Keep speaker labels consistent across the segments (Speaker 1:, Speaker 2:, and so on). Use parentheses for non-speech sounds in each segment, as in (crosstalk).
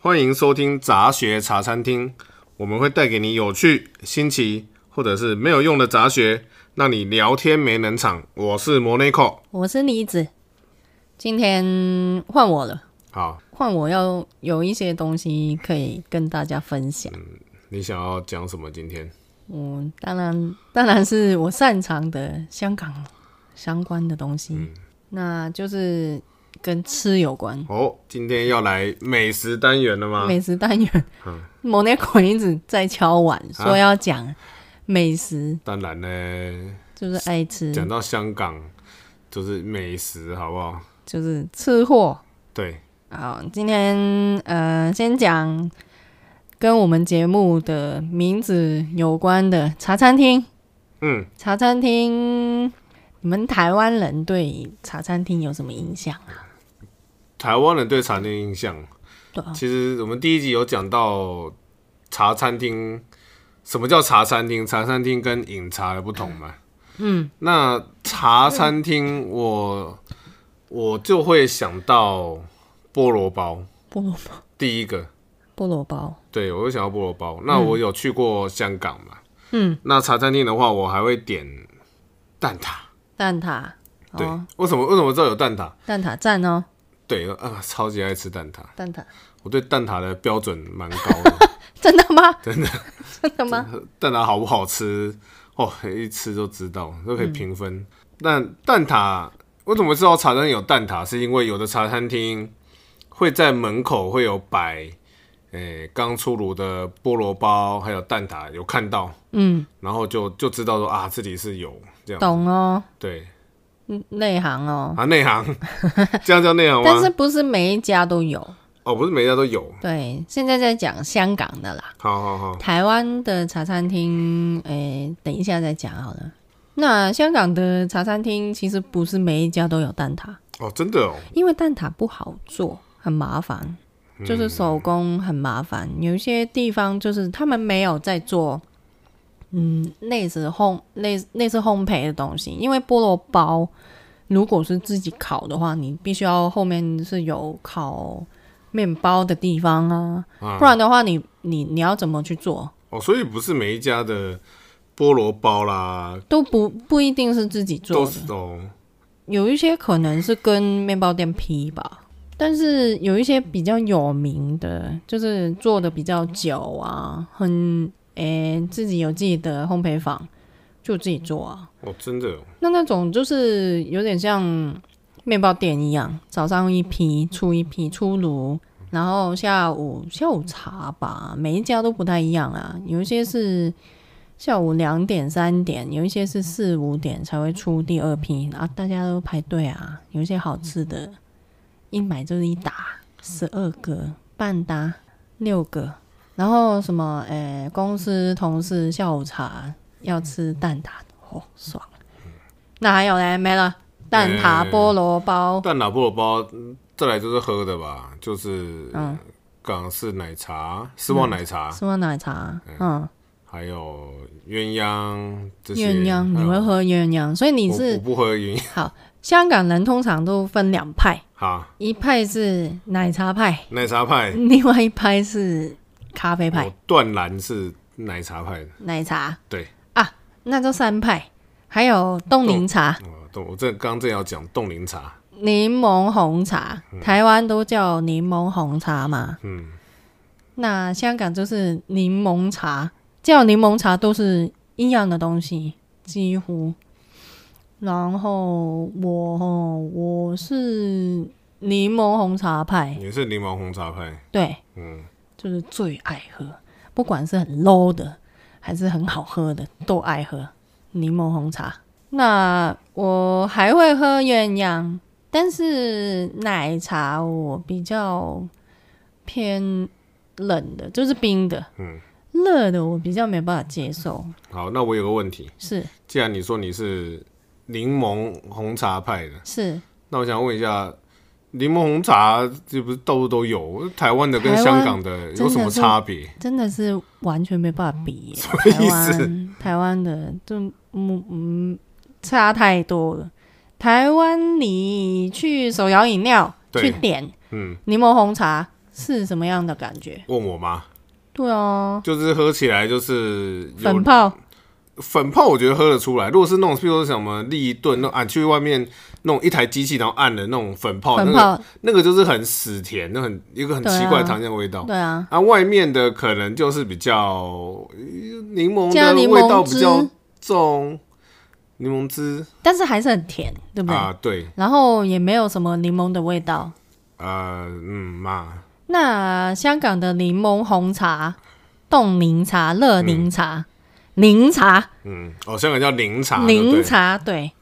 Speaker 1: 欢迎收听杂学茶餐厅，我们会带给你有趣、新奇或者是没有用的杂学，让你聊天没冷场。我是摩内扣，
Speaker 2: 我是李子，今天换我了，
Speaker 1: 好，
Speaker 2: 换我要有一些东西可以跟大家分享。
Speaker 1: 你想要讲什么？今天
Speaker 2: 我当然当然是我擅长的香港相关的东西，那就是跟吃有关，
Speaker 1: 哦，今天要来美食单元了吗？
Speaker 2: 美食单元。某 n 口一直在敲碗说要讲美食，
Speaker 1: 当然呢，
Speaker 2: 就是爱吃，
Speaker 1: 讲到香港就是美食，好不好？
Speaker 2: 就是吃货。
Speaker 1: 对，
Speaker 2: 好，今天呃，先讲跟我们节目的名字有关的茶餐厅。
Speaker 1: 嗯，
Speaker 2: 茶餐厅，你们台湾人对茶餐厅有什么印象啊？
Speaker 1: 台湾人对茶餐厅印象，
Speaker 2: 对啊
Speaker 1: 其实我们第一集有讲到茶餐厅，什么叫茶餐厅？茶餐厅跟饮茶的不同嘛。嗯，那茶餐厅我我就会想到菠萝包，
Speaker 2: 菠萝
Speaker 1: 第一个，
Speaker 2: 菠萝包，
Speaker 1: 对我就想到菠萝包。那我有去过香港嘛？
Speaker 2: 嗯，
Speaker 1: 那茶餐厅的话，我还会点蛋挞。
Speaker 2: 蛋挞，
Speaker 1: 对，
Speaker 2: 哦，
Speaker 1: 为什么为什么知道有蛋挞？
Speaker 2: 蛋挞赞哦，
Speaker 1: 对啊，超级爱吃蛋挞，
Speaker 2: 蛋挞，
Speaker 1: 我对蛋挞的标准蛮高的。
Speaker 2: 真的吗？真的，真的吗？
Speaker 1: 蛋挞好不好吃哦，一吃就知道，都
Speaker 2: 嗯
Speaker 1: 可以评分。但蛋挞，我怎么知道茶餐厅有蛋挞？是因为有的茶餐厅会在门口会有摆，诶、刚出炉的菠萝包，还有蛋挞，有看到，
Speaker 2: 嗯，
Speaker 1: 然后就就知道说啊，这里是有这样。
Speaker 2: 懂哦，
Speaker 1: 对
Speaker 2: 嗯内行哦，
Speaker 1: 啊，内行， (laughs) 这样叫内行吗？
Speaker 2: 但是不是每一家都有？
Speaker 1: 哦，不是每家都有。
Speaker 2: 对，现在在讲香港的啦。
Speaker 1: 好好好，
Speaker 2: 台湾的茶餐厅，诶、等一下再讲好了。那香港的茶餐厅其实不是每一家都有蛋挞，
Speaker 1: 哦，真的哦，
Speaker 2: 因为蛋挞不好做，很麻烦，就是手工很麻烦。有一些地方就是他们没有在做，嗯，类似烘类类似烘焙的东西，因为菠萝包如果是自己烤的话，你必须要后面是有烤面包的地方啊，
Speaker 1: 啊
Speaker 2: 不然的话你你你要怎么去做？
Speaker 1: 哦，所以不是每一家的菠萝包啦，
Speaker 2: 都不不一定是自己
Speaker 1: 都
Speaker 2: 做的，
Speaker 1: 是哦，
Speaker 2: 有一些可能是跟面包店批吧。但是有一些比较有名的，就是做的比较久啊，很诶、自己有自己的烘焙坊，就自己做啊。
Speaker 1: 哦，真的哦。
Speaker 2: 那那种就是有点像面包店一样，早上一批出一批出炉，然后下午下午茶吧，每一家都不太一样啊。有一些是下午两点三点，有一些是四五点才会出第二批啊，大家都排队啊。有一些好吃的，一买就是一打十二个半打六个，然后什么诶、呃公司同事下午茶要吃蛋挞，哦，爽。那还有嘞，没了。蛋挞、
Speaker 1: 嗯
Speaker 2: 菠萝包，
Speaker 1: 蛋挞菠萝包，嗯再来就是喝的吧，就是
Speaker 2: 嗯
Speaker 1: 港式奶茶、丝袜奶茶，
Speaker 2: 什么奶茶？嗯，
Speaker 1: 还有鸳鸯这些。
Speaker 2: 鸳鸯，你会
Speaker 1: 嗯
Speaker 2: 喝鸳鸯，所以你
Speaker 1: 我我
Speaker 2: 是
Speaker 1: 不喝鸳鸯。
Speaker 2: 好。香港人通常都分两派，
Speaker 1: 好，
Speaker 2: 一派是奶茶派，
Speaker 1: 奶茶派，
Speaker 2: 另外一派是咖啡派
Speaker 1: 我。断然是奶茶派的。
Speaker 2: 奶茶
Speaker 1: 对，
Speaker 2: 啊，那就三派，还有冻柠茶、
Speaker 1: 我懂。我这刚正要讲冻柠茶，
Speaker 2: 柠檬红茶，台湾都叫柠檬红茶嘛。
Speaker 1: 嗯，
Speaker 2: 那香港就是柠檬茶，叫柠檬茶都是一样的东西，几乎。然后我哦我是柠檬红茶派，
Speaker 1: 也是柠檬红茶派。
Speaker 2: 对，
Speaker 1: 嗯，
Speaker 2: 就是最爱喝，不管是很 low 的还是很好喝的，都爱喝柠檬红茶。那我还会喝鸳鸯，但是奶茶我比较偏冷的，就是冰的。
Speaker 1: 嗯，
Speaker 2: 热的我比较没办法接受。
Speaker 1: 好，那我有个问题，
Speaker 2: 是
Speaker 1: 既然你说你是柠檬红茶派的，
Speaker 2: 是，
Speaker 1: 那我想问一下，柠檬红茶这不是到处都有，台湾的跟
Speaker 2: 台湾
Speaker 1: 香港的有什么差别？
Speaker 2: 真的是完全没办法比耶。
Speaker 1: (laughs) 什么意思
Speaker 2: 台湾台湾的就嗯嗯差太多了。台湾你去手摇饮料
Speaker 1: 对
Speaker 2: 去点
Speaker 1: 嗯，
Speaker 2: 柠檬红茶，是什么样的感觉？
Speaker 1: 问我妈，
Speaker 2: 对啊，
Speaker 1: 就是喝起来就是有
Speaker 2: 粉泡
Speaker 1: 粉泡，我觉得喝得出来。如果是那种，譬如说什么立顿，那种啊去外面弄一台机器，然后按的那种粉泡，
Speaker 2: 粉
Speaker 1: 哦那个
Speaker 2: 泡，
Speaker 1: 那个就是很死甜，那很一个很
Speaker 2: 对啊
Speaker 1: 奇怪的糖浆味道。
Speaker 2: 对啊，
Speaker 1: 啊，外面的可能就是比较呃柠檬
Speaker 2: 加柠
Speaker 1: 的
Speaker 2: 檬
Speaker 1: 味道比较
Speaker 2: 汁
Speaker 1: 重，柠檬汁
Speaker 2: 但是还是很甜，对不对？
Speaker 1: 啊，对，
Speaker 2: 然后也没有什么柠檬的味道。
Speaker 1: 呃，嗯嘛，
Speaker 2: 那香港的柠檬红茶、冻柠茶、热柠茶、柠、茶、
Speaker 1: 嗯，哦，香港叫柠茶，对不
Speaker 2: 柠
Speaker 1: 对
Speaker 2: 茶，对，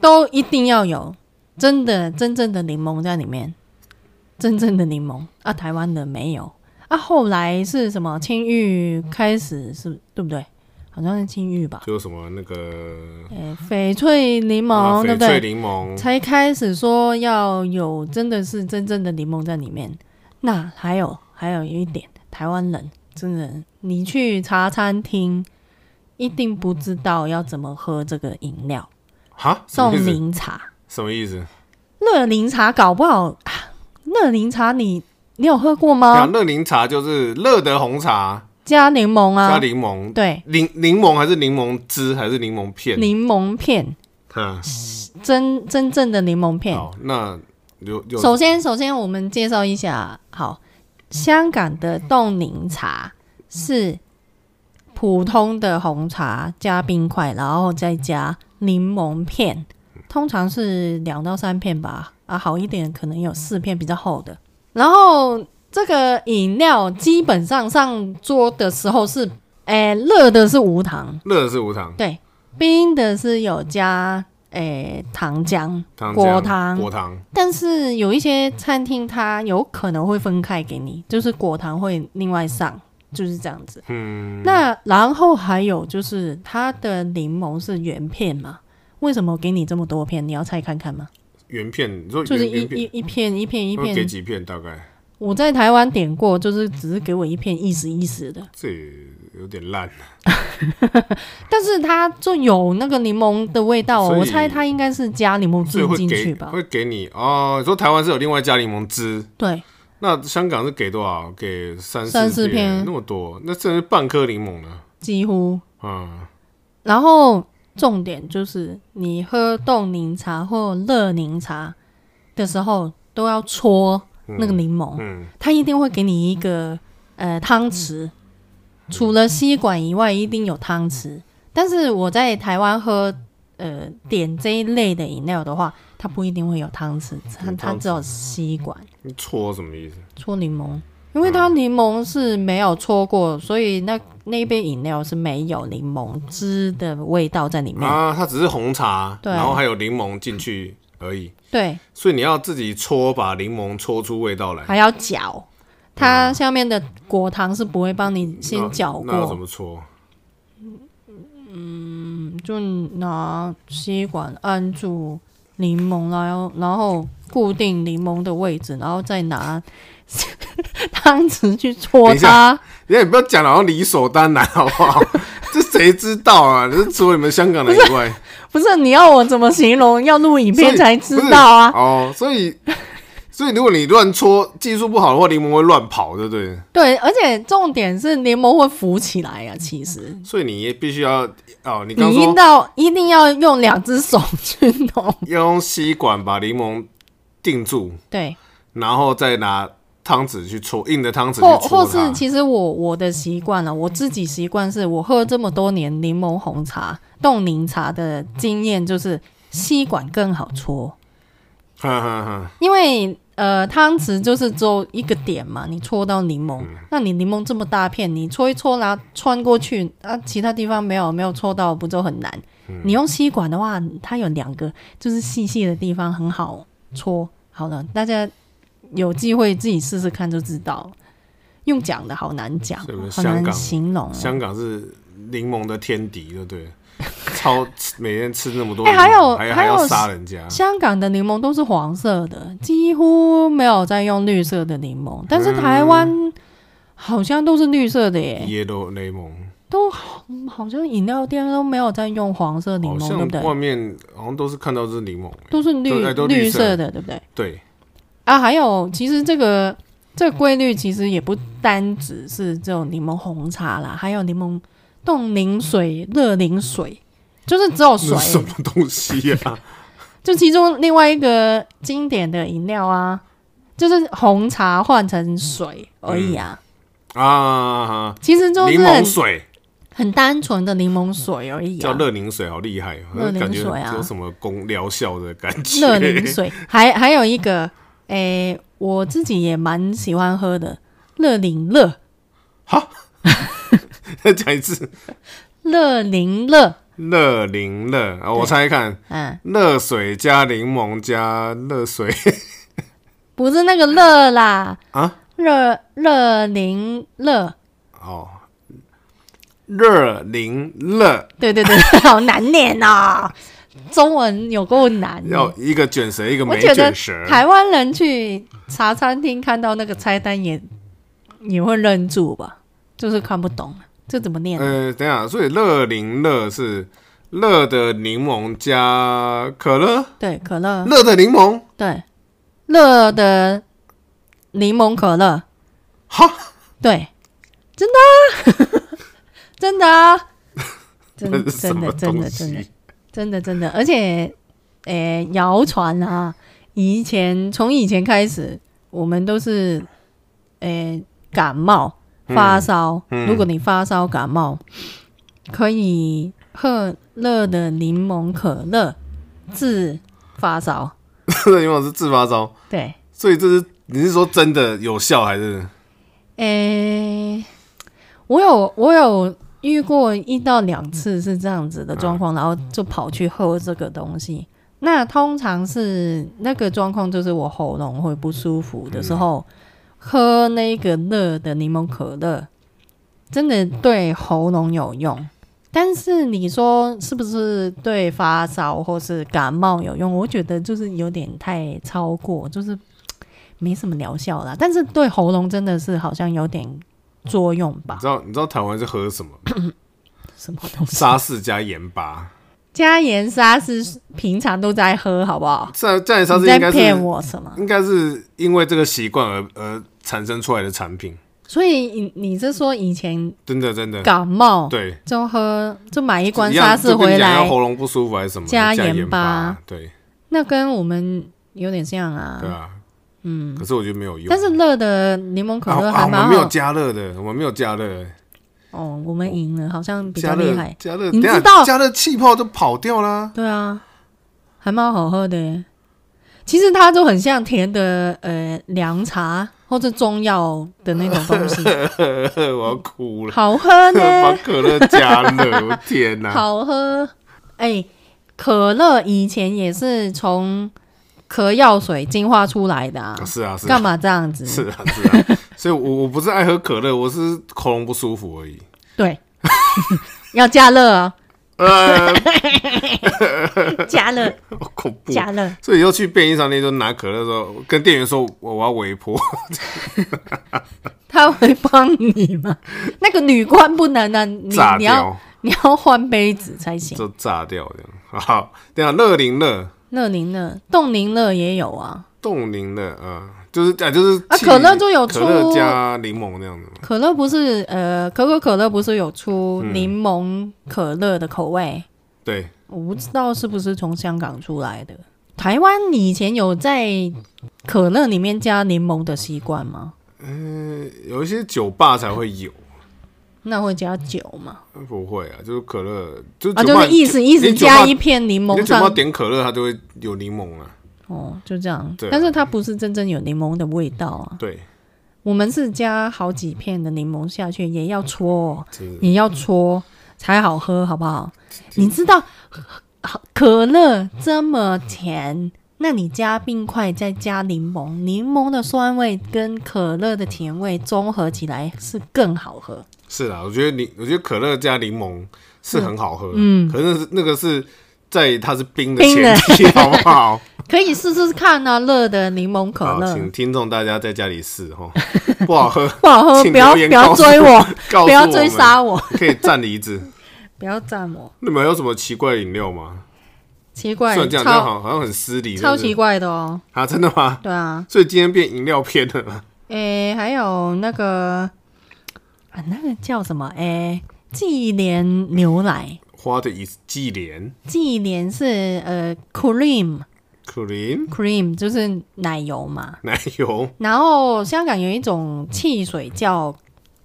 Speaker 2: 都一定要有真的真正的柠檬在里面，真正的柠檬啊，台湾的没有啊。后来是什么青玉开始是对不对？好像是青玉吧？
Speaker 1: 就什么那个
Speaker 2: 诶、翡翠柠
Speaker 1: 啊
Speaker 2: 檬、对
Speaker 1: 翡
Speaker 2: 不对
Speaker 1: 翠？柠檬，
Speaker 2: 才开始说要有真的是真正的柠檬在里面。那还有还有一点，台湾人真的，你去茶餐厅一定不知道要怎么喝这个饮料，
Speaker 1: 哈，什么
Speaker 2: 冻
Speaker 1: 意思？
Speaker 2: 柠茶、
Speaker 1: 什么意思？
Speaker 2: 热柠茶，搞不好啊，热柠茶你你有喝过
Speaker 1: 讲
Speaker 2: 吗？
Speaker 1: 热柠茶就是热的红茶
Speaker 2: 加柠檬
Speaker 1: 加
Speaker 2: 啊，
Speaker 1: 柠檬，
Speaker 2: 对，
Speaker 1: 柠柠檬还是柠檬汁还是柠檬片？
Speaker 2: 柠檬片，
Speaker 1: 嗯，
Speaker 2: 真真正的柠檬片。
Speaker 1: 好，那有有
Speaker 2: 首先，首先我们介绍一下，好，香港的冻柠茶是普通的红茶加冰块，然后再加柠檬片，通常是两到三片吧，啊，好一点可能有四片比较厚的。然后这个饮料基本上上桌的时候是，诶、热的是无糖，
Speaker 1: 热的是无糖
Speaker 2: 对，冰的是有加诶、糖浆。
Speaker 1: 糖
Speaker 2: 果
Speaker 1: 浆
Speaker 2: 糖
Speaker 1: 果糖，
Speaker 2: 但是有一些餐厅它有可能会分开给你，就是果糖会另外上，就是这样子。
Speaker 1: 嗯，
Speaker 2: 那然后还有就是它的柠檬是圆片嘛？为什么给你这么多片？你要拆看看吗？
Speaker 1: 圆片，你说
Speaker 2: 就是
Speaker 1: 圆
Speaker 2: 一
Speaker 1: 圆哦片
Speaker 2: 一一片一片一
Speaker 1: 会给
Speaker 2: 片。
Speaker 1: 几片大概？
Speaker 2: 我在台湾点过，就是只是给我一片意思意思的，
Speaker 1: 这也有点烂，
Speaker 2: 但是它就有那个柠檬的味道哦、
Speaker 1: 所以
Speaker 2: 我猜它应该是加柠檬
Speaker 1: 所以
Speaker 2: 汁
Speaker 1: 会
Speaker 2: 进去
Speaker 1: 给
Speaker 2: 吧？
Speaker 1: 会给你哦。你说台湾是有另外加柠檬汁，
Speaker 2: 对，
Speaker 1: 那香港是给多少？给三
Speaker 2: 三四
Speaker 1: 四
Speaker 2: 片
Speaker 1: 那么多，那真的是半颗柠檬呢。
Speaker 2: 几乎
Speaker 1: 嗯，
Speaker 2: 然后重点就是，你喝冻柠茶或热柠茶的时候，都要搓那个柠檬，
Speaker 1: 嗯
Speaker 2: 它一定会给你一个呃汤匙，除了吸管以外，一定有汤匙。但是我在台湾喝呃点这一类的饮料的话，它不一定会有汤匙，它
Speaker 1: 有汤匙
Speaker 2: 它只有吸管
Speaker 1: 你搓什么意思？
Speaker 2: 搓柠檬。因为它柠檬是没有搓过，所以那那杯饮料是没有柠檬汁的味道在里面。
Speaker 1: 啊，它只是红茶，
Speaker 2: 嗯对
Speaker 1: 然后还有柠檬进去而已，
Speaker 2: 对，
Speaker 1: 所以你要自己搓，把柠檬搓出味道来。
Speaker 2: 还要搅。它下面的果糖是不会帮你先
Speaker 1: 那
Speaker 2: 搅
Speaker 1: 那要怎
Speaker 2: 过，
Speaker 1: 么搓？
Speaker 2: 就拿吸管按住柠檬，然后然后固定柠檬的位置，然后再拿 (laughs) 汤匙去搓
Speaker 1: 等一
Speaker 2: 它
Speaker 1: 下。你也不要讲得好像理所当然，啊好不
Speaker 2: (laughs)
Speaker 1: 好？这谁知道啊？这除了你们香港人以外，
Speaker 2: 不是你要我怎么形容？要录影
Speaker 1: 所
Speaker 2: 片
Speaker 1: 以
Speaker 2: 才知道
Speaker 1: 不
Speaker 2: 啊。
Speaker 1: 是哦，所以所以如果你乱搓，技术不好的话，柠檬会乱跑，对不对？
Speaker 2: 对，而且重点是柠檬会浮起来啊。其实
Speaker 1: 所以你也必须要哦，你刚
Speaker 2: 你一
Speaker 1: 说
Speaker 2: 到一定要用两只手去弄。
Speaker 1: 要用吸管把柠檬定住，
Speaker 2: 对，
Speaker 1: 然后再拿汤匙去搓，硬的汤匙
Speaker 2: 或
Speaker 1: 去
Speaker 2: 或
Speaker 1: 搓
Speaker 2: 是
Speaker 1: 它。
Speaker 2: 其实我我的习惯了，我自己习惯是我喝这么多年柠檬红茶、冻柠茶的经验就是吸管更好搓，
Speaker 1: (laughs) 哈哈哈，
Speaker 2: 因为呃汤匙就是只有一个点嘛，你搓到柠
Speaker 1: 嗯
Speaker 2: 檬，那你柠檬这么大片，你搓一搓然后穿过去，啊其他地方没有没有搓到，不就很难？
Speaker 1: 嗯
Speaker 2: 你用吸管的话，它有两个就是细细的地方很好搓。好了，大家有机会自己试试看就知道了。用讲的好难讲
Speaker 1: 是不是，
Speaker 2: 好
Speaker 1: 香
Speaker 2: 难
Speaker 1: 港
Speaker 2: 形容哦。
Speaker 1: 香港是柠檬的天敌，对不对？ (laughs) 超每天吃那么多柠
Speaker 2: (laughs) 哎
Speaker 1: 檬，
Speaker 2: 还有
Speaker 1: 还
Speaker 2: 还有
Speaker 1: 要杀人家，
Speaker 2: 香港的柠檬都是黄色的，几乎没有在用绿色的柠
Speaker 1: 嗯
Speaker 2: 檬，但是台湾好像都是绿色的耶，
Speaker 1: yellow 柠檬，
Speaker 2: 都好好像饮料店都没有在用黄色柠
Speaker 1: 好
Speaker 2: 檬，对
Speaker 1: 像
Speaker 2: 不对？
Speaker 1: 外面好像都是看到这是柠檬，
Speaker 2: 都是绿
Speaker 1: 对都绿
Speaker 2: 绿
Speaker 1: 色
Speaker 2: 的，对不对？
Speaker 1: 对，
Speaker 2: 啊，还有，其实这个这个规律其实也不单只是这种柠檬红茶啦，还有柠檬冻柠水、热柠水，就是只有水
Speaker 1: 那，是什么东西啊呀、
Speaker 2: (laughs) 就其中另外一个经典的饮料啊，就是红茶换成水而已啊。
Speaker 1: 啊？啊，
Speaker 2: 其实就是
Speaker 1: 柠檬
Speaker 2: 很
Speaker 1: 水
Speaker 2: 很单纯的柠檬水而已
Speaker 1: 叫
Speaker 2: 啊。
Speaker 1: 热柠水，好厉害哦，
Speaker 2: 热柠
Speaker 1: 感觉
Speaker 2: 水啊
Speaker 1: 有什么功疗效的感觉？
Speaker 2: 热柠水，还还有一个，诶、我自己也蛮喜欢喝的，热柠乐，
Speaker 1: (laughs) 再讲一次，
Speaker 2: 热柠乐，
Speaker 1: 热柠乐啊，我猜看，
Speaker 2: 嗯，
Speaker 1: 热水加柠檬加热水 (laughs)
Speaker 2: 不是那个乐啦，
Speaker 1: 啊，
Speaker 2: 热热柠乐，
Speaker 1: 哦，热柠乐
Speaker 2: 对对 (laughs) 对，好难念哦，中文有够难的。
Speaker 1: 要一个卷舌一个
Speaker 2: 我
Speaker 1: 没
Speaker 2: 觉得
Speaker 1: 卷舌，
Speaker 2: 台湾人去茶餐厅看到那个菜单也也会愣住吧，就是看不懂这怎么念、啊
Speaker 1: 呃，等一下，所以热柠乐是热的柠檬加可乐，
Speaker 2: 对，可乐，
Speaker 1: 热的柠檬，
Speaker 2: 对，热的柠檬可乐，
Speaker 1: 哈，
Speaker 2: 对，真的啊， (laughs) 真的啊，真
Speaker 1: (laughs) 这是什
Speaker 2: 真的
Speaker 1: 么
Speaker 2: 真
Speaker 1: 东
Speaker 2: 的真的
Speaker 1: 西？
Speaker 2: 真的真的，而且，诶、谣传啊，以前从以前开始，我们都是，诶、感冒发烧、
Speaker 1: 嗯
Speaker 2: 如果你发烧感冒，可以喝热的柠檬可乐治发烧。
Speaker 1: 热的柠檬是自发烧，
Speaker 2: 对，
Speaker 1: 所以这是你是说真的有效还是？
Speaker 2: 诶、我有我有遇过一到两次是这样子的状况，然后就跑去喝这个东西。那通常是那个状况，就是我喉咙会不舒服的时候，喝那个热的柠檬可乐，真的对喉咙有用。但是你说是不是对发烧或是感冒有用？我觉得就是有点太超过，就是没什么疗效啦。但是对喉咙真的是好像有点作用吧
Speaker 1: 你？知道你知道台湾是喝什么？
Speaker 2: 什么东西？
Speaker 1: 沙士加盐巴，
Speaker 2: (laughs)
Speaker 1: (laughs)
Speaker 2: 加盐沙是平常都在喝，好不好？
Speaker 1: 这加盐沙
Speaker 2: 你
Speaker 1: 士应
Speaker 2: 在
Speaker 1: 该
Speaker 2: 骗
Speaker 1: 是
Speaker 2: 我什么？
Speaker 1: 应该是因为这个习惯而而产生出来的产品，
Speaker 2: 所以你你是说以前
Speaker 1: 真的真的
Speaker 2: 感冒
Speaker 1: 对。
Speaker 2: 就喝就买一罐
Speaker 1: 嗯一样
Speaker 2: 沙士
Speaker 1: 就跟你
Speaker 2: 回
Speaker 1: 讲要
Speaker 2: 来，
Speaker 1: 喉咙不舒服还是什么？
Speaker 2: 加
Speaker 1: 加
Speaker 2: 盐
Speaker 1: 盐
Speaker 2: 巴，
Speaker 1: 对
Speaker 2: 那跟我们有点像啊。
Speaker 1: 对啊，嗯。可是我觉得没有用。
Speaker 2: 但是热的柠檬可乐
Speaker 1: 啊啊
Speaker 2: 还
Speaker 1: 我们
Speaker 2: 蛮
Speaker 1: 没有
Speaker 2: 好
Speaker 1: 加热的，我们没有加热的，
Speaker 2: 哦，我们赢了，好像比较
Speaker 1: 加
Speaker 2: 厉
Speaker 1: 热
Speaker 2: 害。
Speaker 1: 加热，
Speaker 2: 你
Speaker 1: 等一下
Speaker 2: 知道
Speaker 1: 加热气泡都跑掉啦。 (laughs)
Speaker 2: 对啊，还蛮好喝的耶。其实它就很像甜的呃凉茶或者中药的那种东
Speaker 1: (laughs)
Speaker 2: 西，
Speaker 1: 我要哭了，
Speaker 2: 好喝
Speaker 1: 把
Speaker 2: 呢，
Speaker 1: 可乐加
Speaker 2: (laughs)
Speaker 1: 热，我天哪！
Speaker 2: 好喝。哎、可乐以前也是从咳药水进化出来的啊
Speaker 1: 啊，是啊，是
Speaker 2: 干
Speaker 1: 啊，
Speaker 2: 嘛这样子？
Speaker 1: 是啊，是啊。所以我，我不是爱喝可乐，我是喉咙不舒服而已。
Speaker 2: 对， (laughs) 要加热啊， (laughs)
Speaker 1: 呃，
Speaker 2: 加热，
Speaker 1: 好恐怖。
Speaker 2: 加热。
Speaker 1: 所以以后去便利商店就拿可乐的时候，跟店员说我我要微波，
Speaker 2: 他会帮你吗？那个女官不能啊，你
Speaker 1: 炸
Speaker 2: 你要
Speaker 1: 掉，
Speaker 2: 你要换杯子才行。
Speaker 1: 就炸掉这样。好，等一下乐龄乐
Speaker 2: 乐宁乐、冻宁乐也有啊，
Speaker 1: 冻龄乐，嗯，就是啊，就是
Speaker 2: 啊
Speaker 1: 气
Speaker 2: 可乐就有
Speaker 1: 可乐
Speaker 2: 出
Speaker 1: 加柠檬那样子嘛。
Speaker 2: 可乐不是呃，可口可乐不是有出
Speaker 1: 嗯
Speaker 2: 柠檬可乐的口味？
Speaker 1: 对，
Speaker 2: 我不知道是不是从香港出来的。台湾以前有在可乐里面加柠檬的习惯吗？
Speaker 1: 有一些酒吧才会有， (laughs)
Speaker 2: 那会加酒吗？
Speaker 1: 不会啊，就是可乐，就是
Speaker 2: 啊，
Speaker 1: 酒
Speaker 2: 就
Speaker 1: 吧
Speaker 2: 是意思意思
Speaker 1: 你酒
Speaker 2: 加
Speaker 1: 吧
Speaker 2: 一片柠
Speaker 1: 你
Speaker 2: 檬
Speaker 1: 酒吧
Speaker 2: 上
Speaker 1: 点可乐，它就会有柠檬啊。
Speaker 2: 哦，就这样
Speaker 1: 对。啊
Speaker 2: 但是它不是真正有柠檬的味道啊。
Speaker 1: 对，
Speaker 2: 我们是加好几片的柠檬下去，也要搓哦，
Speaker 1: 就是
Speaker 2: 也要搓才好喝，好不好？你知道可乐这么甜，那你加冰块再加柠檬，柠檬的酸味跟可乐的甜味综合起来是更好喝。
Speaker 1: 是啦。我觉得柠，我觉得可乐加柠檬是很好喝，
Speaker 2: 嗯
Speaker 1: 可是那是那个是在它是冰的
Speaker 2: 冰的
Speaker 1: 前提，
Speaker 2: (laughs)
Speaker 1: 好不好？
Speaker 2: 可以试试看啊，热的柠檬可
Speaker 1: 好，
Speaker 2: 乐
Speaker 1: 请听众大家在家里试哈，不好
Speaker 2: (laughs)
Speaker 1: 喝
Speaker 2: 不好喝，
Speaker 1: 请
Speaker 2: 不要
Speaker 1: 留言
Speaker 2: 不要
Speaker 1: 告诉
Speaker 2: 追我，
Speaker 1: 告诉
Speaker 2: 不要
Speaker 1: 我
Speaker 2: 追
Speaker 1: 们
Speaker 2: 杀我， (laughs)
Speaker 1: 可以蘸梨子。
Speaker 2: 不要赞我，
Speaker 1: 你们有什么奇怪的饮料吗？
Speaker 2: 奇怪
Speaker 1: 虽，然这样，这样
Speaker 2: 超
Speaker 1: 好好像很失礼，
Speaker 2: 超
Speaker 1: 是
Speaker 2: 奇
Speaker 1: 不是
Speaker 2: 怪的哦，
Speaker 1: 啊，真的吗？
Speaker 2: 对啊，
Speaker 1: 所以今天变饮料片了，
Speaker 2: 诶、还有那个啊，那个叫什么？诶、忌廉牛奶，
Speaker 1: 花的一季莲
Speaker 2: 忌廉是呃 cream
Speaker 1: ，cream
Speaker 2: cream 就是奶油嘛。
Speaker 1: (laughs) 奶油
Speaker 2: 然后香港有一种汽水叫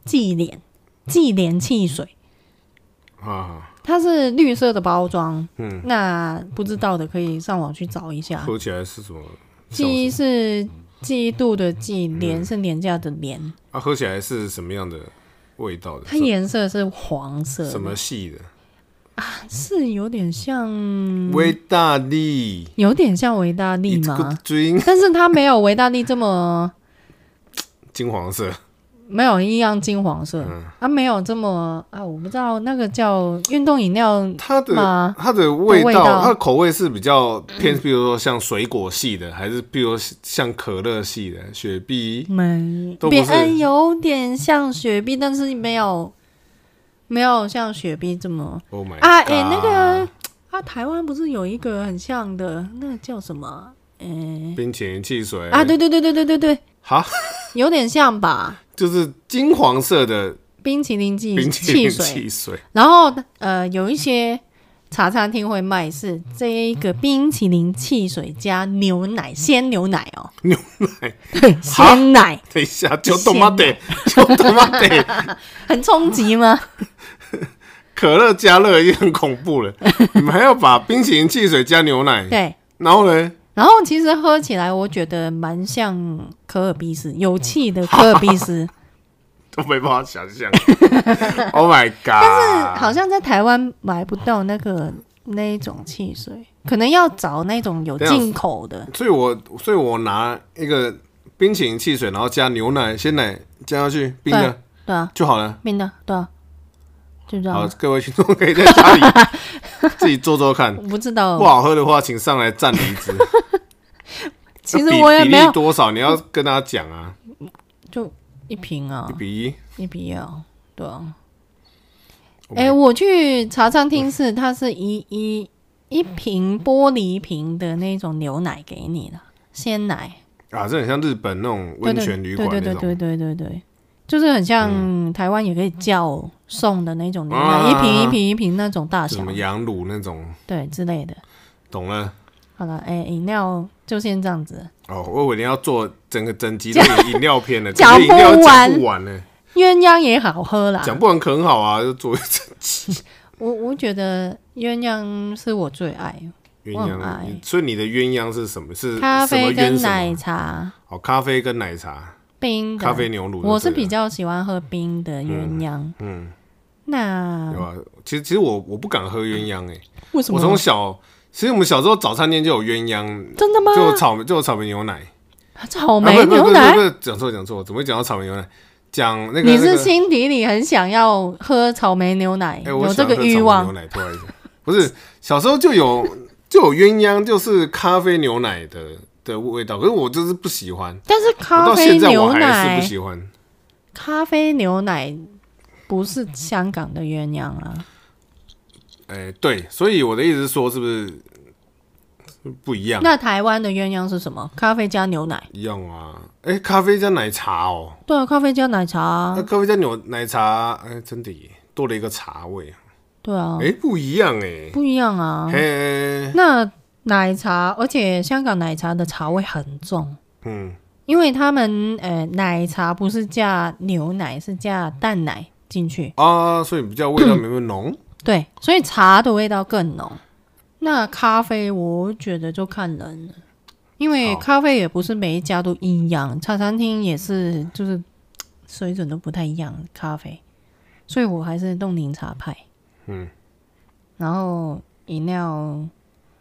Speaker 2: 忌廉，忌廉汽水。
Speaker 1: 啊，
Speaker 2: 它是绿色的包装，
Speaker 1: 嗯，
Speaker 2: 那不知道的可以上网去找一下。
Speaker 1: 喝起来是什么？嗯像
Speaker 2: 啊鸡是季度的季，廉是廉价的廉，
Speaker 1: 啊，喝起来是什么样的味道的？
Speaker 2: 它颜色是黄色的，
Speaker 1: 什么系的？
Speaker 2: 是有点像，
Speaker 1: 维大利，
Speaker 2: 有点像维大利
Speaker 1: It's
Speaker 2: 吗
Speaker 1: good？drink，
Speaker 2: 但是它没有维大利这么
Speaker 1: 金黄色，
Speaker 2: 没有一样金黄色，
Speaker 1: 嗯
Speaker 2: 它没有这么啊，我不知道那个叫运动饮料
Speaker 1: 它的
Speaker 2: 吗
Speaker 1: 它的味
Speaker 2: 的味
Speaker 1: 道，
Speaker 2: 道嗯
Speaker 1: 它的口味是比较偏，比如说像水果系的，还是比如说像可乐系的、雪碧，
Speaker 2: 没
Speaker 1: 都，不
Speaker 2: 别
Speaker 1: 是
Speaker 2: 嗯有点像雪碧，但是没有没有像雪碧这么。
Speaker 1: Oh my
Speaker 2: 啊，
Speaker 1: god！
Speaker 2: 哎、那个啊，台湾不是有一个很像的，那个叫什么？嗯、
Speaker 1: 冰淇淋汽水
Speaker 2: 啊，，对对对对对对对，
Speaker 1: 哈，
Speaker 2: 有点像吧，
Speaker 1: 就是金黄色的
Speaker 2: 冰淇淋汽
Speaker 1: 冰淇
Speaker 2: 汽
Speaker 1: 淋
Speaker 2: 水。
Speaker 1: 汽水，
Speaker 2: 然后呃，有一些茶餐厅会卖
Speaker 1: 嗯
Speaker 2: 是这一个冰淇淋汽水加牛奶，鲜牛奶哦，
Speaker 1: 牛
Speaker 2: (laughs)
Speaker 1: 奶。
Speaker 2: 对，鲜奶
Speaker 1: 等一下，就他妈的，
Speaker 2: 啊
Speaker 1: 就他妈的，
Speaker 2: 很冲击
Speaker 1: (laughs)
Speaker 2: 吗？
Speaker 1: 可乐加热也很恐怖
Speaker 2: (laughs)
Speaker 1: 了，你们还要把冰淇淋汽水加牛奶，
Speaker 2: 对。
Speaker 1: 然后呢？
Speaker 2: 然后其实喝起来，我觉得蛮像可尔必斯，有气的可尔
Speaker 1: (laughs)
Speaker 2: 必斯。
Speaker 1: 都没办法想象。oh my god！
Speaker 2: 但是好像在台湾买不到那个那一种汽水，可能要找那种有进口的。
Speaker 1: 所以我所以我拿一个冰淇淋汽水，然后加牛奶、鲜奶加下去冰
Speaker 2: 对
Speaker 1: 的
Speaker 2: 对啊，
Speaker 1: 就好了。
Speaker 2: 冰的对啊，就这
Speaker 1: 好
Speaker 2: 样。，
Speaker 1: 各位群众可以在家
Speaker 2: (laughs)
Speaker 1: 里自己做做看
Speaker 2: 我，不知道
Speaker 1: 不，好喝的话，请上来蘸梨子。
Speaker 2: (laughs) 其实
Speaker 1: 那比
Speaker 2: 我也
Speaker 1: 比
Speaker 2: 没
Speaker 1: 例
Speaker 2: 有
Speaker 1: 多少，你要跟大家讲啊，
Speaker 2: 就一瓶啊
Speaker 1: 一，比一。
Speaker 2: 一瓶啊，对啊。
Speaker 1: 我
Speaker 2: 哎、我去茶餐厅是，它是一一一瓶玻璃瓶的那种牛奶给你的鲜奶，
Speaker 1: 啊，这很像日本那种
Speaker 2: 对
Speaker 1: 温
Speaker 2: 对
Speaker 1: 泉旅
Speaker 2: 对
Speaker 1: 馆
Speaker 2: 对
Speaker 1: 那
Speaker 2: 对
Speaker 1: 种嗯
Speaker 2: 对对对对，就是很像台湾也可以叫送的那种牛奶，
Speaker 1: 啊
Speaker 2: 一瓶一瓶一瓶那种大小
Speaker 1: 什么，羊乳那种，
Speaker 2: 对之类的。
Speaker 1: 懂了？
Speaker 2: 好了，哎、饮料就先这样子，
Speaker 1: 哦，我以为你要做整个整集都有饮料片了，
Speaker 2: (laughs) 讲
Speaker 1: 可是饮料
Speaker 2: 不
Speaker 1: 讲
Speaker 2: 完
Speaker 1: 不完呢，
Speaker 2: 鸳鸯也好喝啦。
Speaker 1: 讲不完可很好啊，就做一整
Speaker 2: 我我觉得鸳鸯是我最爱，
Speaker 1: 鸳
Speaker 2: 我很爱
Speaker 1: 鸯，所以你的鸳鸯是什么？是
Speaker 2: 嗯哎咖
Speaker 1: 呃什么
Speaker 2: 啡
Speaker 1: 鸳
Speaker 2: 跟
Speaker 1: 什么
Speaker 2: 奶茶
Speaker 1: 哦，咖啡跟奶茶，
Speaker 2: 冰的。
Speaker 1: 咖啡牛乳就对了。啊
Speaker 2: 我是比较喜欢喝冰的鸳鸯、
Speaker 1: 嗯，
Speaker 2: 那
Speaker 1: 有啊。其实其实我我不敢喝鸳鸯诶、哎
Speaker 2: 为什
Speaker 1: 我从
Speaker 2: 么？
Speaker 1: 小，其实我们小时候早餐店就有鸳鸯，
Speaker 2: 真的吗？
Speaker 1: 就有草莓就有草莓牛奶，
Speaker 2: 草
Speaker 1: 啊
Speaker 2: 莓
Speaker 1: 不是
Speaker 2: 牛
Speaker 1: 不是
Speaker 2: 奶
Speaker 1: 不是，不是讲错讲错，怎么会讲到草莓牛奶？讲那个
Speaker 2: 你
Speaker 1: 那
Speaker 2: 是
Speaker 1: 个
Speaker 2: 心底里很想要喝草莓牛奶，
Speaker 1: 哎，我
Speaker 2: 有
Speaker 1: 喜
Speaker 2: 这
Speaker 1: 欢
Speaker 2: 个
Speaker 1: 喝
Speaker 2: 欲
Speaker 1: 草莓
Speaker 2: 望
Speaker 1: 牛。奶突然一下，不是小时候就有就有鸳鸯，就是咖啡牛奶的的味道，可是我就是不喜欢，
Speaker 2: 但是
Speaker 1: 我
Speaker 2: 咖
Speaker 1: 到
Speaker 2: 啡
Speaker 1: 现在我
Speaker 2: 牛
Speaker 1: 还是不
Speaker 2: 奶，
Speaker 1: 喜欢。
Speaker 2: 咖啡牛奶不是香港的鸳鸯啊，
Speaker 1: 哎、对，所以我的意思是说，是不是不一样？
Speaker 2: 那台湾的鸳鸯是什么？咖啡加牛奶。
Speaker 1: 一样啊。哎、咖啡加奶茶哦，
Speaker 2: 对啊，咖啡加奶茶啊、
Speaker 1: 那、咖啡加牛奶茶，哎、真的耶，多了一个茶味。
Speaker 2: 对啊，
Speaker 1: 哎、不一样哎、
Speaker 2: 不一样啊。
Speaker 1: 嘿，
Speaker 2: 那奶茶，而且香港奶茶的茶味很重，
Speaker 1: 嗯，
Speaker 2: 因为他们呃奶茶不是加牛奶，是加蛋奶进去，
Speaker 1: 啊，所以比较味道没那么浓。 (laughs)
Speaker 2: 对，所以茶的味道更浓。那咖啡我觉得就看人了，因为
Speaker 1: 好
Speaker 2: 咖啡也不是每一家都一样，茶餐厅也是就是嘖水准都不太一样咖啡，所以我还是冻柠茶派。
Speaker 1: 嗯，
Speaker 2: 然后饮料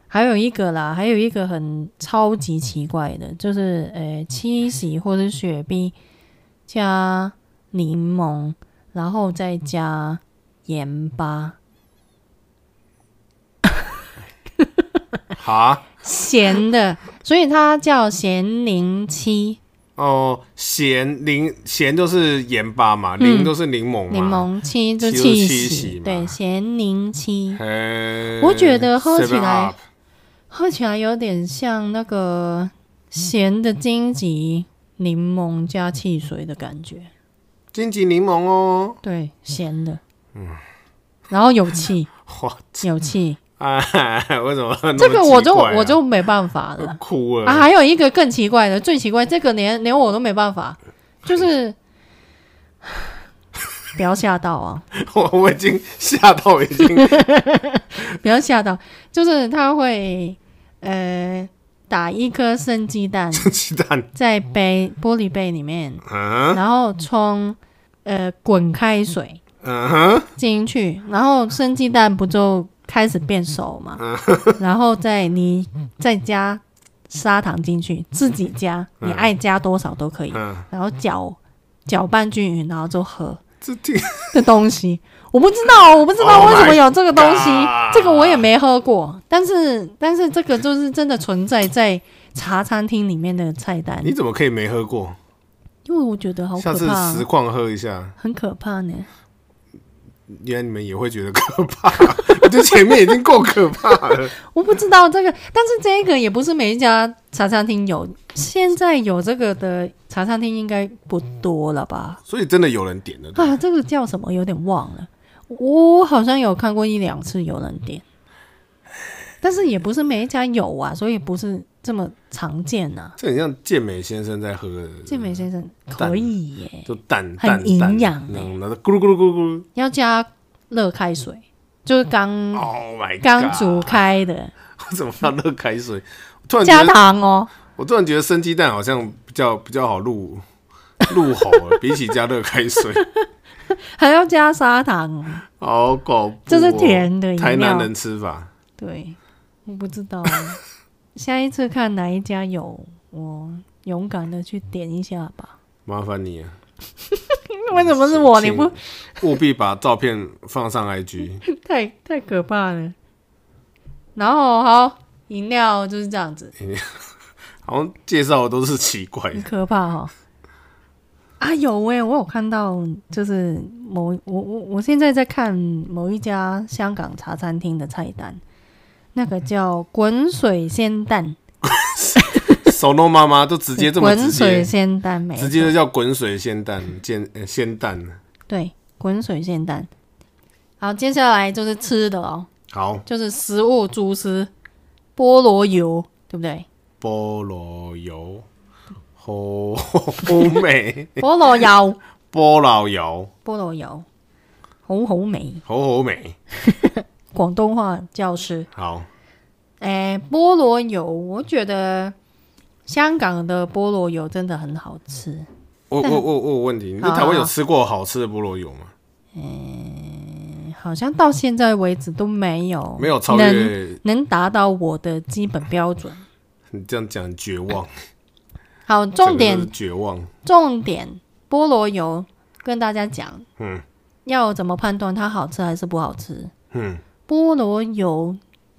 Speaker 2: 还有一个啦，还有一个很超级奇怪的，就是呃七喜或者雪碧加柠檬，然后再加盐巴，
Speaker 1: 哈，
Speaker 2: 咸的，所以它叫咸柠七
Speaker 1: 哦，咸柠咸就是盐巴嘛，柠就是柠檬嘛。
Speaker 2: 嗯柠。檬七，就
Speaker 1: 七就是七
Speaker 2: 气息
Speaker 1: 喜嘛
Speaker 2: 对，咸
Speaker 1: (laughs)
Speaker 2: 柠七
Speaker 1: 嘿，
Speaker 2: 我觉得喝起
Speaker 1: 7up
Speaker 2: 来喝起来有点像那个咸的荆棘柠檬加汽水的感觉，
Speaker 1: 荆棘柠檬哦， (laughs)
Speaker 2: 对，咸的，嗯，然后有
Speaker 1: (laughs)
Speaker 2: 气，
Speaker 1: 哇
Speaker 2: 有气，
Speaker 1: 啊！ (laughs) 为什么那么
Speaker 2: 这个我就
Speaker 1: 奇怪啊
Speaker 2: 我就没办法了。
Speaker 1: 哭了
Speaker 2: 啊，还有一个更奇怪的，最奇怪，这个连连我都没办法，就是 (sighs) 不要吓到啊，
Speaker 1: 我 (laughs) 我已经吓到，已经
Speaker 2: 不要吓到，就是他会呃打一颗生鸡蛋
Speaker 1: 鸡蛋
Speaker 2: 在杯玻璃杯里面，
Speaker 1: 啊，
Speaker 2: 然后冲呃滚开水
Speaker 1: (laughs) 嗯哼，
Speaker 2: 进去，然后生鸡蛋不就开始变熟嘛，然后再你再加砂糖进去，自己加，你爱加多少都可以。
Speaker 1: 嗯，
Speaker 2: 然后搅搅拌均匀，然后就喝
Speaker 1: 这挺
Speaker 2: (laughs) 的东西。我不知道，我不知道
Speaker 1: Oh my
Speaker 2: 为什么有这个东西
Speaker 1: God
Speaker 2: 这个我也没喝过。但是，但是这个就是真的存在在茶餐厅里面的菜单，
Speaker 1: 你怎么可以没喝过？
Speaker 2: 因为我觉得好
Speaker 1: 下
Speaker 2: 可
Speaker 1: 次
Speaker 2: 怕
Speaker 1: 实，况喝一下，
Speaker 2: 很可怕呢。
Speaker 1: 原来你们也会觉得可怕。 (laughs) 我觉得前面已经够可怕了，
Speaker 2: 我不知道这个，但是这个也不是每一家茶餐厅有，现在有这个的茶餐厅应该不多了吧？
Speaker 1: 所以真的有人点的，
Speaker 2: 啊，这个叫什么？有点忘了。我好像有看过一两次有人点，但是也不是每一家有啊，所以不是这么常见呐、啊。
Speaker 1: 这很像健美先生在喝的，
Speaker 2: 健美先生可
Speaker 1: 蛋
Speaker 2: 以耶，
Speaker 1: 就蛋
Speaker 2: 很
Speaker 1: 蛋
Speaker 2: 营养欸
Speaker 1: 然后咕噜咕噜咕噜咕噜
Speaker 2: 要加热开水，就是刚
Speaker 1: ，Oh my god，
Speaker 2: 嗯刚煮开的，
Speaker 1: (laughs) 我怎么要热开水？我突然觉
Speaker 2: 加
Speaker 1: 得，
Speaker 2: 糖哦。
Speaker 1: 我突然觉得生鸡蛋好像比较比较好入入喉
Speaker 2: (laughs)
Speaker 1: 了，比起加热开水，
Speaker 2: 还要加砂糖哦，
Speaker 1: 好恐怖、哦！
Speaker 2: 这是甜的饮料
Speaker 1: 台南人吃法，
Speaker 2: 对，我不知 (laughs) 道，下一次看哪一家有，我勇敢的去点一下吧。
Speaker 1: 麻烦你、啊，
Speaker 2: 为什么是我？你不
Speaker 1: 请务必把照片放上 IG。
Speaker 2: 太太可怕了。然后好，饮料就是这样子，
Speaker 1: 好像介绍的都是奇怪
Speaker 2: (laughs) 很
Speaker 1: 的，
Speaker 2: 可怕哈、啊，有哎、我有看到，就是某我我我现在在看某一家香港茶餐厅的菜单，那个叫滚水鲜蛋，
Speaker 1: 手弄妈妈都直接这么直
Speaker 2: 滚水
Speaker 1: 接，
Speaker 2: 鲜蛋没错
Speaker 1: 直接就叫滚水鲜蛋，煎呃鲜蛋。
Speaker 2: 对，滚水鲜蛋。好，接下来就是吃的哦，
Speaker 1: 好，
Speaker 2: 就是食物主食，菠萝油，对不对？
Speaker 1: 菠萝油，好好美，
Speaker 2: 菠萝油，
Speaker 1: 菠萝油，
Speaker 2: 菠萝油，好好味。
Speaker 1: 好好美。
Speaker 2: 广东话教师。
Speaker 1: 好，
Speaker 2: 诶，哎菠萝油，我觉得香港的菠萝油真的很好吃。
Speaker 1: 我我我我有问题，你在
Speaker 2: 嗯好啊
Speaker 1: 台湾有
Speaker 2: 好
Speaker 1: 吃过好吃的菠萝油吗？
Speaker 2: 好像到现在为止都没有
Speaker 1: 没有超
Speaker 2: 能
Speaker 1: 越，
Speaker 2: 能达到我的基本标准。
Speaker 1: 你这样讲很绝望，
Speaker 2: 好，重
Speaker 1: 整个
Speaker 2: 点
Speaker 1: 都是绝望。
Speaker 2: 重点，菠萝油跟大家讲，
Speaker 1: 嗯，
Speaker 2: 要怎么判断它好吃还是不好吃？
Speaker 1: 嗯，
Speaker 2: 菠萝油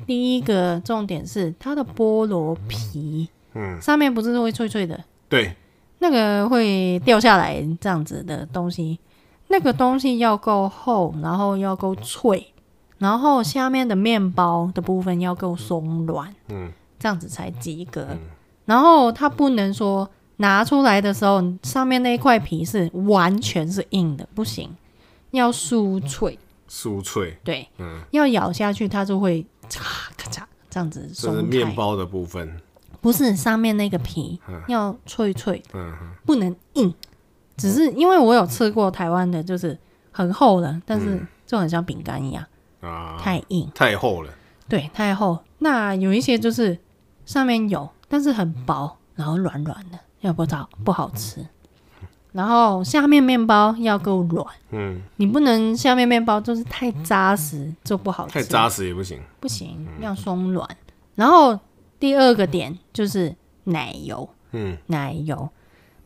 Speaker 2: 第一个重点是它的菠萝皮，
Speaker 1: 嗯，
Speaker 2: 上面不是会脆脆的，
Speaker 1: 对，
Speaker 2: 那个会掉下来这样子的东西，那个东西要够厚，然后要够脆，然后下面的面包的部分要够松软，
Speaker 1: 嗯，
Speaker 2: 这样子才及格。然后它不能说拿出来的时候，上面那一块皮是完全是硬的，不行，要酥脆，
Speaker 1: 酥脆，
Speaker 2: 对，
Speaker 1: 嗯，
Speaker 2: 要咬下去它就会嚓咔嚓这样子
Speaker 1: 这是
Speaker 2: 松
Speaker 1: 面
Speaker 2: 开，
Speaker 1: 包的部分。
Speaker 2: 不是上面那个皮要脆脆的
Speaker 1: 嗯哼，
Speaker 2: 不能硬，只是因为我有吃过台湾的，就是很厚了，但
Speaker 1: 嗯
Speaker 2: 是就很像饼干一样，
Speaker 1: 啊，
Speaker 2: 太硬，
Speaker 1: 太厚了，
Speaker 2: 对，太厚。那有一些就是上面有，但是很薄，然后软软的，要不好不好吃。然后下面面包要够软，
Speaker 1: 嗯，
Speaker 2: 你不能下面面包就是太扎实，就不好吃，
Speaker 1: 太扎嗯实也不行。
Speaker 2: 不行，要松软。然后第二个点就是奶油，
Speaker 1: 嗯
Speaker 2: 奶油，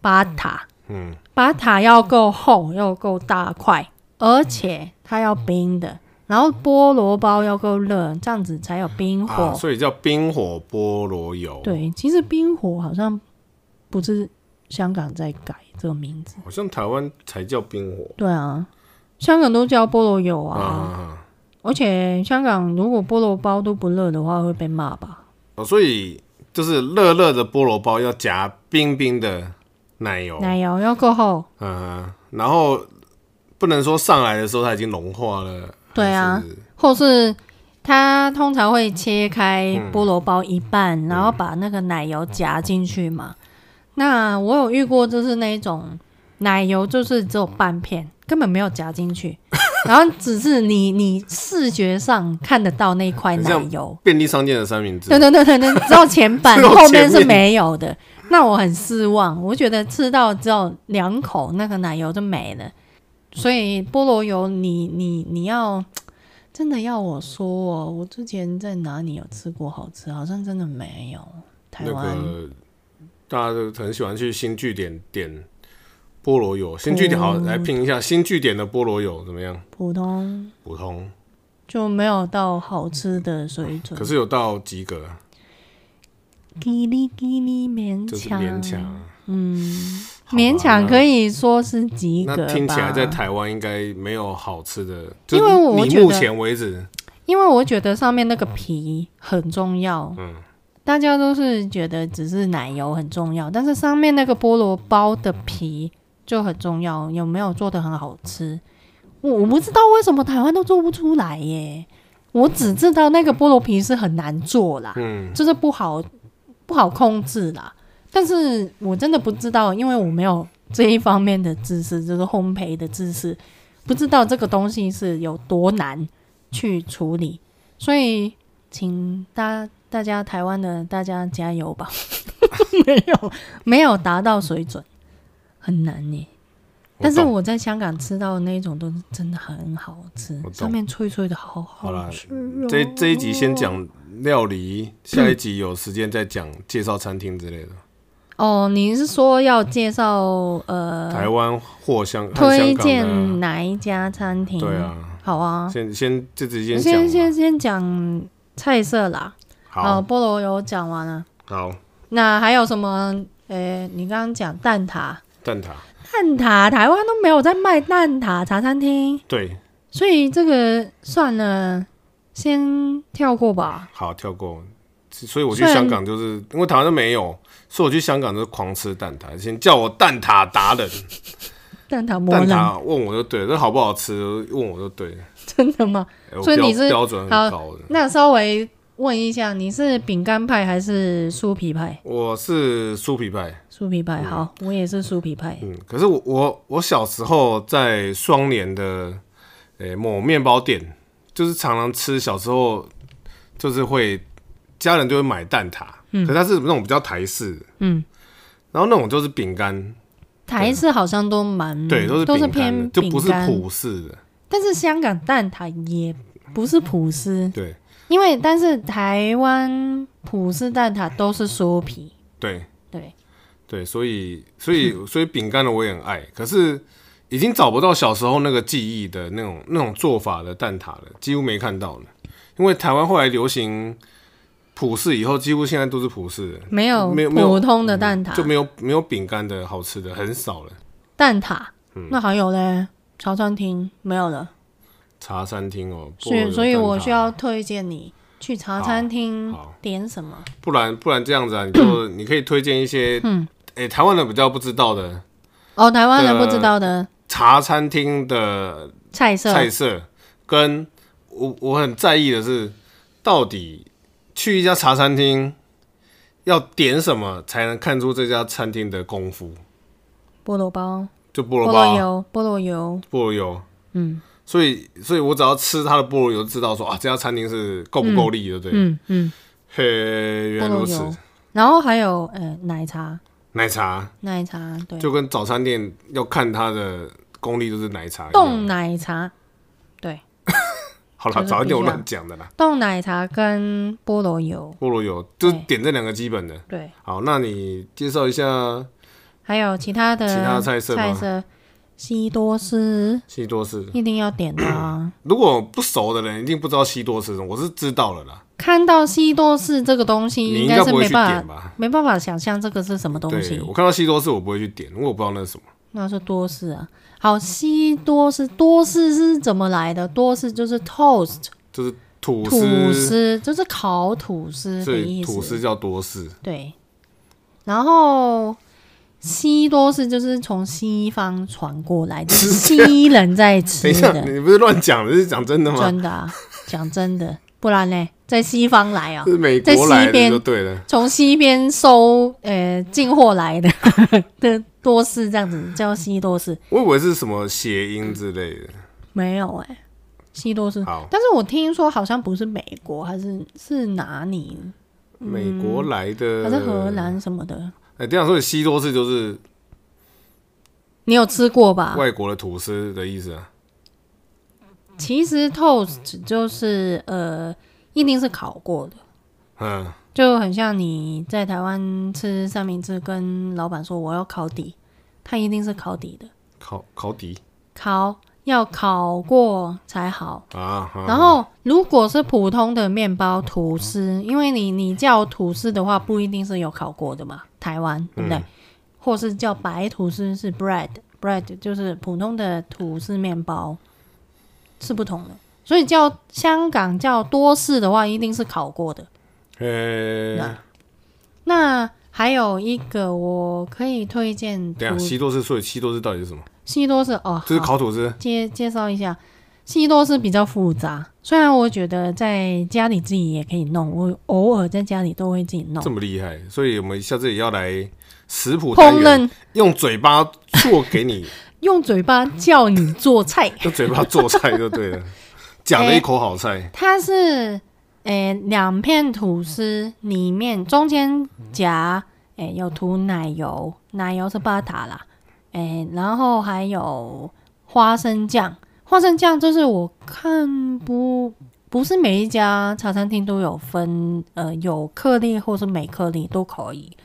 Speaker 2: 巴塔，
Speaker 1: 嗯，
Speaker 2: 把塔要够厚，要够大块，而且它要冰的。然后菠萝包要够热，这样子才有冰火。
Speaker 1: 啊，所以叫冰火菠萝油。，
Speaker 2: 对，其实冰火好像不是香港在改这个名字。
Speaker 1: 好像台湾才叫冰火
Speaker 2: 对啊，香港都叫菠萝油
Speaker 1: 啊
Speaker 2: 啊。
Speaker 1: 啊。
Speaker 2: 而且香港如果菠萝包都不热的话，会被骂吧？
Speaker 1: 哦，所以就是热热的菠萝包要夹冰冰的奶油，
Speaker 2: 奶油要够厚，
Speaker 1: 嗯，然后不能说上来的时候它已经融化了，
Speaker 2: 对啊
Speaker 1: 还是，
Speaker 2: 或是它通常会切开菠萝包一半，
Speaker 1: 嗯
Speaker 2: 然后把那个奶油夹进去嘛。那我有遇过，就是那一种奶油就是只有半片，根本没有夹进去，然后只是你你视觉上看得到那一块
Speaker 1: 很
Speaker 2: 奶
Speaker 1: 像
Speaker 2: 油，
Speaker 1: 便利商店的三明治
Speaker 2: 对，对对对对，只有
Speaker 1: (laughs)
Speaker 2: 前半，
Speaker 1: 只有前
Speaker 2: 后面是
Speaker 1: 面
Speaker 2: 没有的。那我很失望，我觉得吃到只有两口，那个奶油就没了。所以菠萝油你，你你要真的要我说、哦，我之前在哪里有吃过好吃，好像真的没有。台
Speaker 1: 那
Speaker 2: 湾、
Speaker 1: 个大家都很喜欢去新据点点菠萝
Speaker 2: 哦
Speaker 1: 油，新据点好来拼一下新据点的菠萝油怎么样？
Speaker 2: 普通
Speaker 1: 普通，
Speaker 2: 就没有到好吃的水准，
Speaker 1: 可是有到及格，
Speaker 2: 叽哩叽哩勉
Speaker 1: 就是
Speaker 2: 强，
Speaker 1: 勉强。
Speaker 2: 嗯，
Speaker 1: 好吧
Speaker 2: 勉强
Speaker 1: 那
Speaker 2: 可以说是及格
Speaker 1: 那听起来
Speaker 2: 吧
Speaker 1: 在台湾应该没有好吃的，就
Speaker 2: 因为我
Speaker 1: 你
Speaker 2: 觉得
Speaker 1: 目前为止，
Speaker 2: 因为我觉得上面那个皮很重要，
Speaker 1: 嗯
Speaker 2: 大家都是觉得只是奶油很重要，但是上面那个菠萝包的皮就很重要，有没有做的很好吃？我我不知道为什么台湾都做不出来耶，我只知道那个菠萝皮是很难做啦，
Speaker 1: 嗯，
Speaker 2: 就是不好不好控制啦。但是我真的不知道，因为我没有这一方面的知识，就是烘焙的知识，不知道这个东西是有多难去处理。所以，请大大家台湾的大家加油吧， (laughs) 没有没有达到水准，很难呢。但是
Speaker 1: 懂
Speaker 2: 我在香港吃到的那一种都是真的很好吃
Speaker 1: 我，懂
Speaker 2: 上面脆脆的，好好
Speaker 1: 好啦
Speaker 2: 吃。
Speaker 1: 这这一集先讲料理，下一集有时间再讲介绍餐厅之类的。
Speaker 2: 哦，你是说要介绍
Speaker 1: (laughs)
Speaker 2: 呃
Speaker 1: 台湾或香和香
Speaker 2: 推
Speaker 1: 港
Speaker 2: 荐
Speaker 1: 的
Speaker 2: 哪一家餐厅？
Speaker 1: 啊，对，啊，
Speaker 2: 好啊，
Speaker 1: 先先这直接讲
Speaker 2: 先
Speaker 1: 嘛，
Speaker 2: 先先讲菜色啦。哦
Speaker 1: 好
Speaker 2: 菠萝油讲完了，
Speaker 1: 好
Speaker 2: 那还有什么？呃、你刚刚讲蛋挞，
Speaker 1: 蛋挞，
Speaker 2: 蛋挞台湾都没有在卖蛋挞茶餐厅，
Speaker 1: 对，
Speaker 2: 所以这个算了，先跳过吧。
Speaker 1: 好跳过。所以我去
Speaker 2: 虽然
Speaker 1: 香港就是因为台湾都没有，所以我去香港就是狂吃蛋挞，先叫我蛋挞达人，
Speaker 2: 蛋挞魔
Speaker 1: 蛋
Speaker 2: 人，
Speaker 1: 挞问我就对了，这好不好吃问我就对了，
Speaker 2: (laughs) 真的吗？
Speaker 1: 哎我
Speaker 2: 所以
Speaker 1: 标
Speaker 2: 你是
Speaker 1: 标准很
Speaker 2: 好
Speaker 1: 高的。
Speaker 2: 那稍微问一下，你是饼干派还是酥皮派？
Speaker 1: 我是酥皮派，
Speaker 2: 酥皮派，好，我也是酥皮派。
Speaker 1: 嗯，可是我我我小时候在双联的诶、某面包店，就是常常吃，小时候就是会家人就会买蛋挞，可是它是那种比较台式的，
Speaker 2: 嗯，
Speaker 1: 然后那种就是饼干，
Speaker 2: 台式好像都蛮
Speaker 1: 对，都是
Speaker 2: 嗯都是
Speaker 1: 饼干的，
Speaker 2: 偏
Speaker 1: 就不是
Speaker 2: 饼干
Speaker 1: 普式的，
Speaker 2: 但是香港蛋挞也不是普斯，
Speaker 1: 对
Speaker 2: 因为但是台湾普斯蛋挞都是酥皮，
Speaker 1: 对
Speaker 2: 对，
Speaker 1: 对，所以所
Speaker 2: (laughs)
Speaker 1: 以所以饼干的我也很爱，可是已经找不到小时候那个记忆的那种那种做法的蛋挞了，几乎没看到了。因为台湾后来流行普式以后，几乎现在都是普式的，
Speaker 2: 没有
Speaker 1: 没有没有
Speaker 2: 普通的蛋挞，
Speaker 1: 就没有没有饼干的好吃的很少了。
Speaker 2: 蛋挞。
Speaker 1: 嗯
Speaker 2: 那还有嘞，茶餐厅没有了，
Speaker 1: 茶餐厅哦，菠
Speaker 2: 所
Speaker 1: 萝
Speaker 2: 以
Speaker 1: 油
Speaker 2: 所以
Speaker 1: 蛋
Speaker 2: 我
Speaker 1: 挞
Speaker 2: 需要推荐你去茶餐厅
Speaker 1: 好好
Speaker 2: 点什么？
Speaker 1: 不然不然这样子啊，你
Speaker 2: (clears throat)
Speaker 1: 就你可以推荐一些，嗯，哎，台湾人比较不知道的
Speaker 2: 哦，台湾人
Speaker 1: 这
Speaker 2: 不知道的
Speaker 1: 茶餐厅的
Speaker 2: 菜色，
Speaker 1: 菜色，跟我我很在意的是，到底去一家茶餐厅要点什么才能看出这家餐厅的功夫？
Speaker 2: 菠萝包、
Speaker 1: 就菠
Speaker 2: 菠
Speaker 1: 萝
Speaker 2: 萝
Speaker 1: 包、啊
Speaker 2: 油、菠萝油，
Speaker 1: 菠萝油，
Speaker 2: 嗯
Speaker 1: 所以所以我只要吃它的菠萝油，就知道说啊，这家餐厅是够不够力的，对不对？
Speaker 2: 嗯嗯，
Speaker 1: 嘿，原
Speaker 2: 菠
Speaker 1: 来如
Speaker 2: 萝
Speaker 1: 此
Speaker 2: 油。，然后还有呃奶茶，
Speaker 1: 奶茶
Speaker 2: 奶茶对，
Speaker 1: 就跟早餐店要看它的功力，就是奶茶一样。
Speaker 2: 冻奶茶，对，
Speaker 1: 好
Speaker 2: 就
Speaker 1: 了，
Speaker 2: 是
Speaker 1: 早一点我
Speaker 2: 比较
Speaker 1: 乱讲的啦。
Speaker 2: 冻奶茶跟菠萝油，
Speaker 1: 菠萝油就是
Speaker 2: 对
Speaker 1: 点这两个基本的。
Speaker 2: 对，
Speaker 1: 好，那你介绍一下
Speaker 2: 还有其他的
Speaker 1: 其他菜色吗
Speaker 2: 菜色西多士
Speaker 1: 西多士。
Speaker 2: 一定要点的
Speaker 1: (clears throat)
Speaker 2: 啊！
Speaker 1: 如果不熟的人一定不知道西多士是什么，我是知道了啦。
Speaker 2: 看到西多士这个东西，
Speaker 1: 你
Speaker 2: 应
Speaker 1: 应该
Speaker 2: 是
Speaker 1: 不会
Speaker 2: 没
Speaker 1: 去点
Speaker 2: 办法
Speaker 1: 吧？
Speaker 2: 没办法想象这个是什么东
Speaker 1: 对
Speaker 2: 西，
Speaker 1: 我看到西多士我不会去点，因为我不知道那是什么。
Speaker 2: 那是多士啊。好，西多士多士是怎么来的？多士就是 toast
Speaker 1: 就是吐司，
Speaker 2: 吐司，就是烤吐司
Speaker 1: 所
Speaker 2: 的
Speaker 1: 以
Speaker 2: 意思。
Speaker 1: 吐司叫多士。
Speaker 2: 对，然后西多士就是从西方传过来
Speaker 1: (laughs)
Speaker 2: 的，西人在
Speaker 1: 等
Speaker 2: 吃
Speaker 1: 一下，
Speaker 2: 的，
Speaker 1: 你不是乱讲的，是讲真的吗？
Speaker 2: 真的啊，讲真的，不然呢，在西方来啊、
Speaker 1: 是美国
Speaker 2: 在
Speaker 1: 来
Speaker 2: 西
Speaker 1: 的
Speaker 2: 边
Speaker 1: 就对了。
Speaker 2: 从西边收呃进货来的 (laughs) 的多士这样子叫西多士，
Speaker 1: 我以为是什么谐音之类的。
Speaker 2: 没有哎、西多士。
Speaker 1: 好，
Speaker 2: 但是我听说好像不是美国，还是是哪里，嗯
Speaker 1: 美国来的
Speaker 2: 还是荷。兰什么的？
Speaker 1: 哎，这样说西多士就是
Speaker 2: 你有吃过吧？
Speaker 1: 外国的吐司的意思啊。
Speaker 2: 其实 toast 就是呃，一定是烤过的，
Speaker 1: 嗯，
Speaker 2: 就很像你在台湾吃三明治，跟老板说我要烤底，他一定是烤底的，
Speaker 1: 烤烤底
Speaker 2: 烤要烤过才好。
Speaker 1: 啊。啊
Speaker 2: 然后，如果是普通的面包吐司，因为你你叫吐司的话，不一定是有烤过的嘛，台湾
Speaker 1: 嗯
Speaker 2: 对不对？或是叫白吐司是 bread，bread 就是普通的吐司面包，是不同的。所以叫香港叫多士的话，一定是烤过的。
Speaker 1: 呃，
Speaker 2: 那还有一个我可以推荐
Speaker 1: 等一
Speaker 2: 吐
Speaker 1: 下西多士，所以西多士到底是什么？
Speaker 2: 西多士哦，
Speaker 1: 就是
Speaker 2: 好
Speaker 1: 烤吐司。
Speaker 2: 介介绍一下，西多是比较复杂。虽然我觉得在家里自己也可以弄，我偶尔在家里都会自己弄
Speaker 1: 这。么厉害，所以我们下次也要来食谱单
Speaker 2: 烹
Speaker 1: 元，
Speaker 2: 饪
Speaker 1: 用嘴巴做给
Speaker 2: (laughs)
Speaker 1: 你，
Speaker 2: 用嘴巴叫你做菜，
Speaker 1: 用嘴巴做菜就对了，讲了一口好菜。
Speaker 2: (laughs) 它是诶两、片吐司里面中间夹诶有涂奶油，奶油是巴塔啦，诶、然后还有花生酱，花生酱就是我看不不是每一家茶餐厅都有分，呃有颗粒或是没颗粒都可以，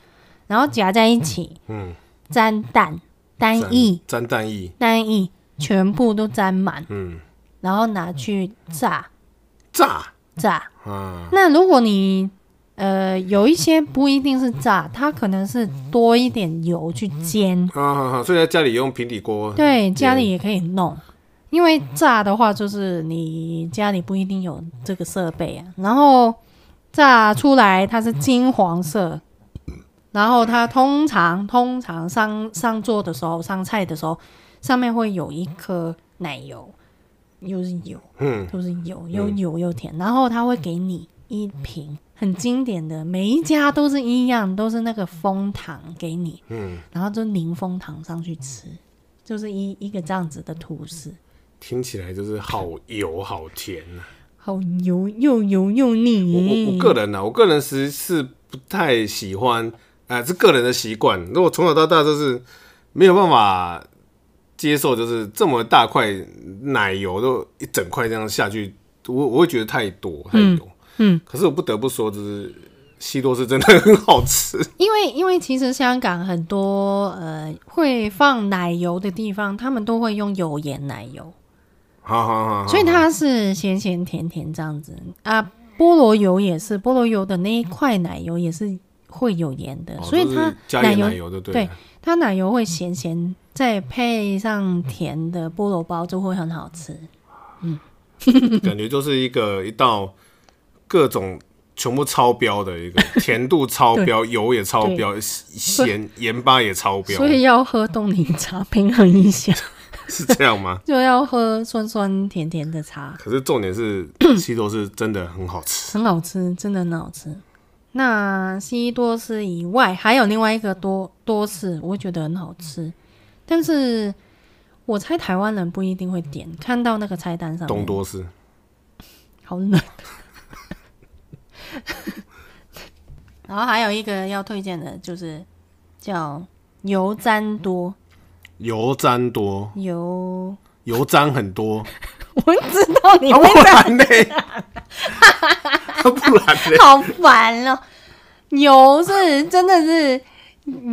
Speaker 2: 然后夹在一起，
Speaker 1: 嗯，
Speaker 2: 沾蛋单一
Speaker 1: 沾沾蛋液，
Speaker 2: 单一全部都沾满，
Speaker 1: 嗯，
Speaker 2: 然后拿去炸
Speaker 1: 炸
Speaker 2: 炸。
Speaker 1: 啊，
Speaker 2: 那如果你呃有一些不一定是炸，它可能是多一点油去煎，
Speaker 1: 啊啊啊所以在家里用平底锅，
Speaker 2: 对，家里也可以弄。因为炸的话，就是你家里不一定有这个设备啊。然后炸出来它是金黄色，然后它通常通常上上桌的时候，上菜的时候，上面会有一颗奶油，又是油，
Speaker 1: 嗯，
Speaker 2: 都是油，又油又甜。然后他会给你一瓶很经典的，每一家都是一样，都是那个枫糖给你，
Speaker 1: 嗯，
Speaker 2: 然后就淋枫糖上去吃，就是一一个这样子的吐司，
Speaker 1: 听起来就是好油好甜啊。
Speaker 2: 好油又油又
Speaker 1: 我我我
Speaker 2: 腻。
Speaker 1: 个人呢、啊，我个人实是不太喜欢，啊、这个人的习惯。如果从小到大就是没有办法接受，就是这么大块奶油都一整块这样下去，我我会觉得太多太油。
Speaker 2: 嗯
Speaker 1: 可是我不得不说，就是西多士真的很好吃。 (laughs)
Speaker 2: 因为因为其实香港很多呃会放奶油的地方，他们都会用有盐奶油，
Speaker 1: 好好好好，
Speaker 2: 所以它是咸咸甜甜这样子啊。菠萝油也是，菠萝油的那一块奶油也是会有盐的，
Speaker 1: 哦
Speaker 2: 所以
Speaker 1: 就是
Speaker 2: 它
Speaker 1: 加
Speaker 2: 奶
Speaker 1: 点
Speaker 2: 油
Speaker 1: 奶油就对
Speaker 2: 对
Speaker 1: 了。
Speaker 2: 它奶油会咸咸，再配上甜的菠萝包就会很好吃。
Speaker 1: 感觉就是一个一道各种全部超标的一个甜度
Speaker 2: (laughs)
Speaker 1: 超标，油也超标，咸盐巴也超标
Speaker 2: 所，以要喝冻柠茶平衡一下，
Speaker 1: 是这样吗？
Speaker 2: 就要喝酸酸甜甜的茶，
Speaker 1: 可是重点是西多士真的很好吃，
Speaker 2: 很好吃，真的很好吃。那西多士以外，还有另外一个多多士，我觉得很好吃，但是我猜台湾人不一定会点，看到那个菜单上
Speaker 1: 东
Speaker 2: 面
Speaker 1: 多士
Speaker 2: 好冷。 (laughs) 然后还有一个要推荐的就是叫油沾多
Speaker 1: 油沾多，
Speaker 2: 油，
Speaker 1: 油沾很多，
Speaker 2: (laughs) 我知道你
Speaker 1: 啊
Speaker 2: 会
Speaker 1: 不然呢？啊
Speaker 2: (laughs)
Speaker 1: 不然呢？
Speaker 2: 好烦哦、油是真的是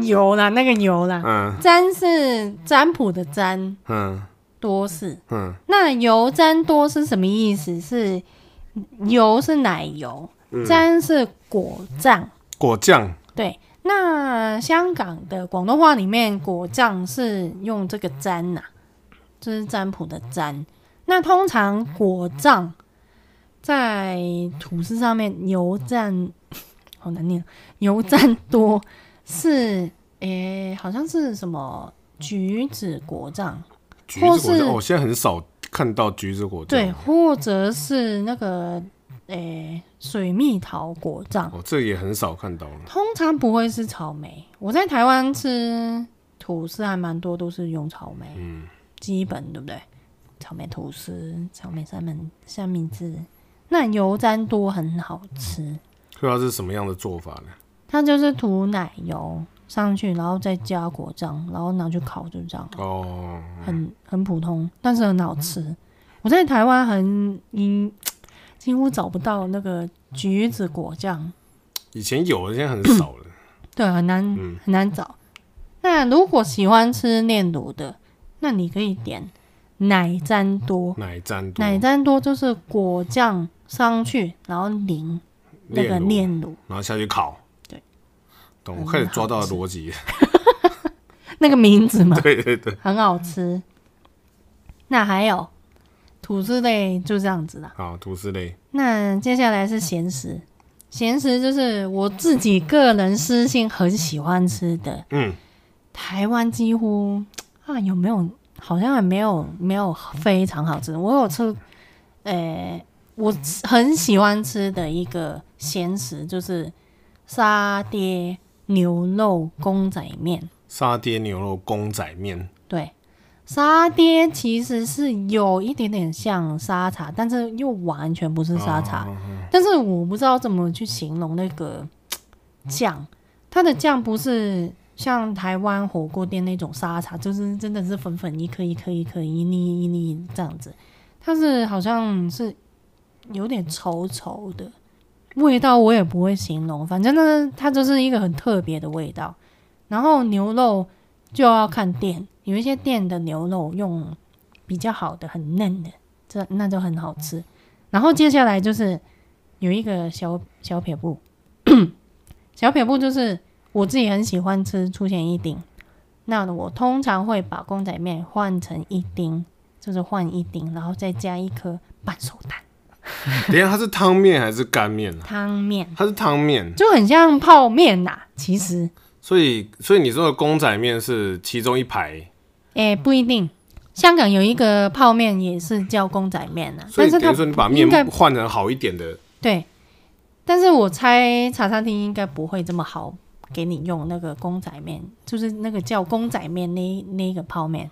Speaker 2: 油啦，那个油啦，
Speaker 1: 嗯
Speaker 2: 占是占卜的占，
Speaker 1: 嗯
Speaker 2: 多是。
Speaker 1: 嗯
Speaker 2: 那油沾多是什么意思？是油是奶油，沾是果酱。
Speaker 1: 果酱
Speaker 2: 对，那香港的广东话里面“果酱”是用这个“占”呐，这是占卜的“占”。那通常“果酱”在吐司 (laughs) 上面油占，好难念，油占多是诶、好像是什么橘子果酱，
Speaker 1: 橘子
Speaker 2: 或
Speaker 1: 果
Speaker 2: 是
Speaker 1: 酱，我、哦现在很少看到橘子果酱。
Speaker 2: 对，，或者是那个诶、水蜜桃果酱，
Speaker 1: 哦，这也很少看到了。
Speaker 2: 通常不会是草莓。我在台湾吃吐司还蛮多都是用草莓，
Speaker 1: 嗯，
Speaker 2: 基本对不对？草莓吐司、草莓三明三明治，那油沾多很好吃。
Speaker 1: 不知啊道是什么样的做法呢？
Speaker 2: 它就是涂奶油上去，然后再加果酱，然后拿去烤，就这样，
Speaker 1: 哦，
Speaker 2: 很很普通，但是很好吃。我在台湾很嗯，几乎找不到那个橘子果酱，
Speaker 1: 以前有，现在很少了。
Speaker 2: 嗯对，很难、
Speaker 1: 嗯
Speaker 2: 很难找。那如果喜欢吃炼乳的，那你可以点奶沾多，
Speaker 1: 奶粘多，
Speaker 2: 奶沾多就是果酱上去，然后淋那个
Speaker 1: 炼乳，
Speaker 2: 炼乳，
Speaker 1: 然后下去烤。
Speaker 2: 对，嗯
Speaker 1: 懂，我开始抓到了逻辑。
Speaker 2: 那个名字嘛，
Speaker 1: 对对对，
Speaker 2: 很好吃。那还有吐司类就这样子啦。
Speaker 1: 好，吐司类，
Speaker 2: 那接下来是咸食，咸食就是我自己个人私心很喜欢吃的，
Speaker 1: 嗯，
Speaker 2: 台湾几乎啊有没有好像也没有没有非常好吃。我有吃，呃、我很喜欢吃的一个咸食就是沙爹牛肉公仔面。
Speaker 1: 沙爹牛肉公仔面，
Speaker 2: 对，沙爹其实是有一点点像沙茶，但是又完全不是沙
Speaker 1: 哦
Speaker 2: 茶。但是我不知道怎么去形容那个酱，它的酱不是像台湾火锅店那种沙茶，就是真的是粉粉一颗一颗一颗一粒一粒这样子，它是好像是有点稠稠的。味道我也不会形容，反正呢，它就是一个很特别的味道。然后牛肉就要看店，有一些店的牛肉用比较好的、很嫩的，这那就很好吃。然后接下来就是有一个小小撇步， (coughs) 小撇步就是我自己很喜欢吃出前一丁，那我通常会把公仔面换成一丁，就是换一丁，然后再加一颗半熟蛋
Speaker 1: 等一下它是汤面还是干面啊？
Speaker 2: 汤面，
Speaker 1: 它是汤面，
Speaker 2: 就很像泡面呐、其实，
Speaker 1: 所以所以你说的公仔面是其中一排，
Speaker 2: 诶、不一定。香港有一个泡面也是叫公仔面呐、
Speaker 1: 所
Speaker 2: 但
Speaker 1: 以
Speaker 2: 是
Speaker 1: 等
Speaker 2: 它
Speaker 1: 于说你把面
Speaker 2: 应该
Speaker 1: 换成好一点的，
Speaker 2: 对，但是我猜茶餐厅应该不会这么好给你用那个公仔面，就是那个叫公仔面那那个泡面，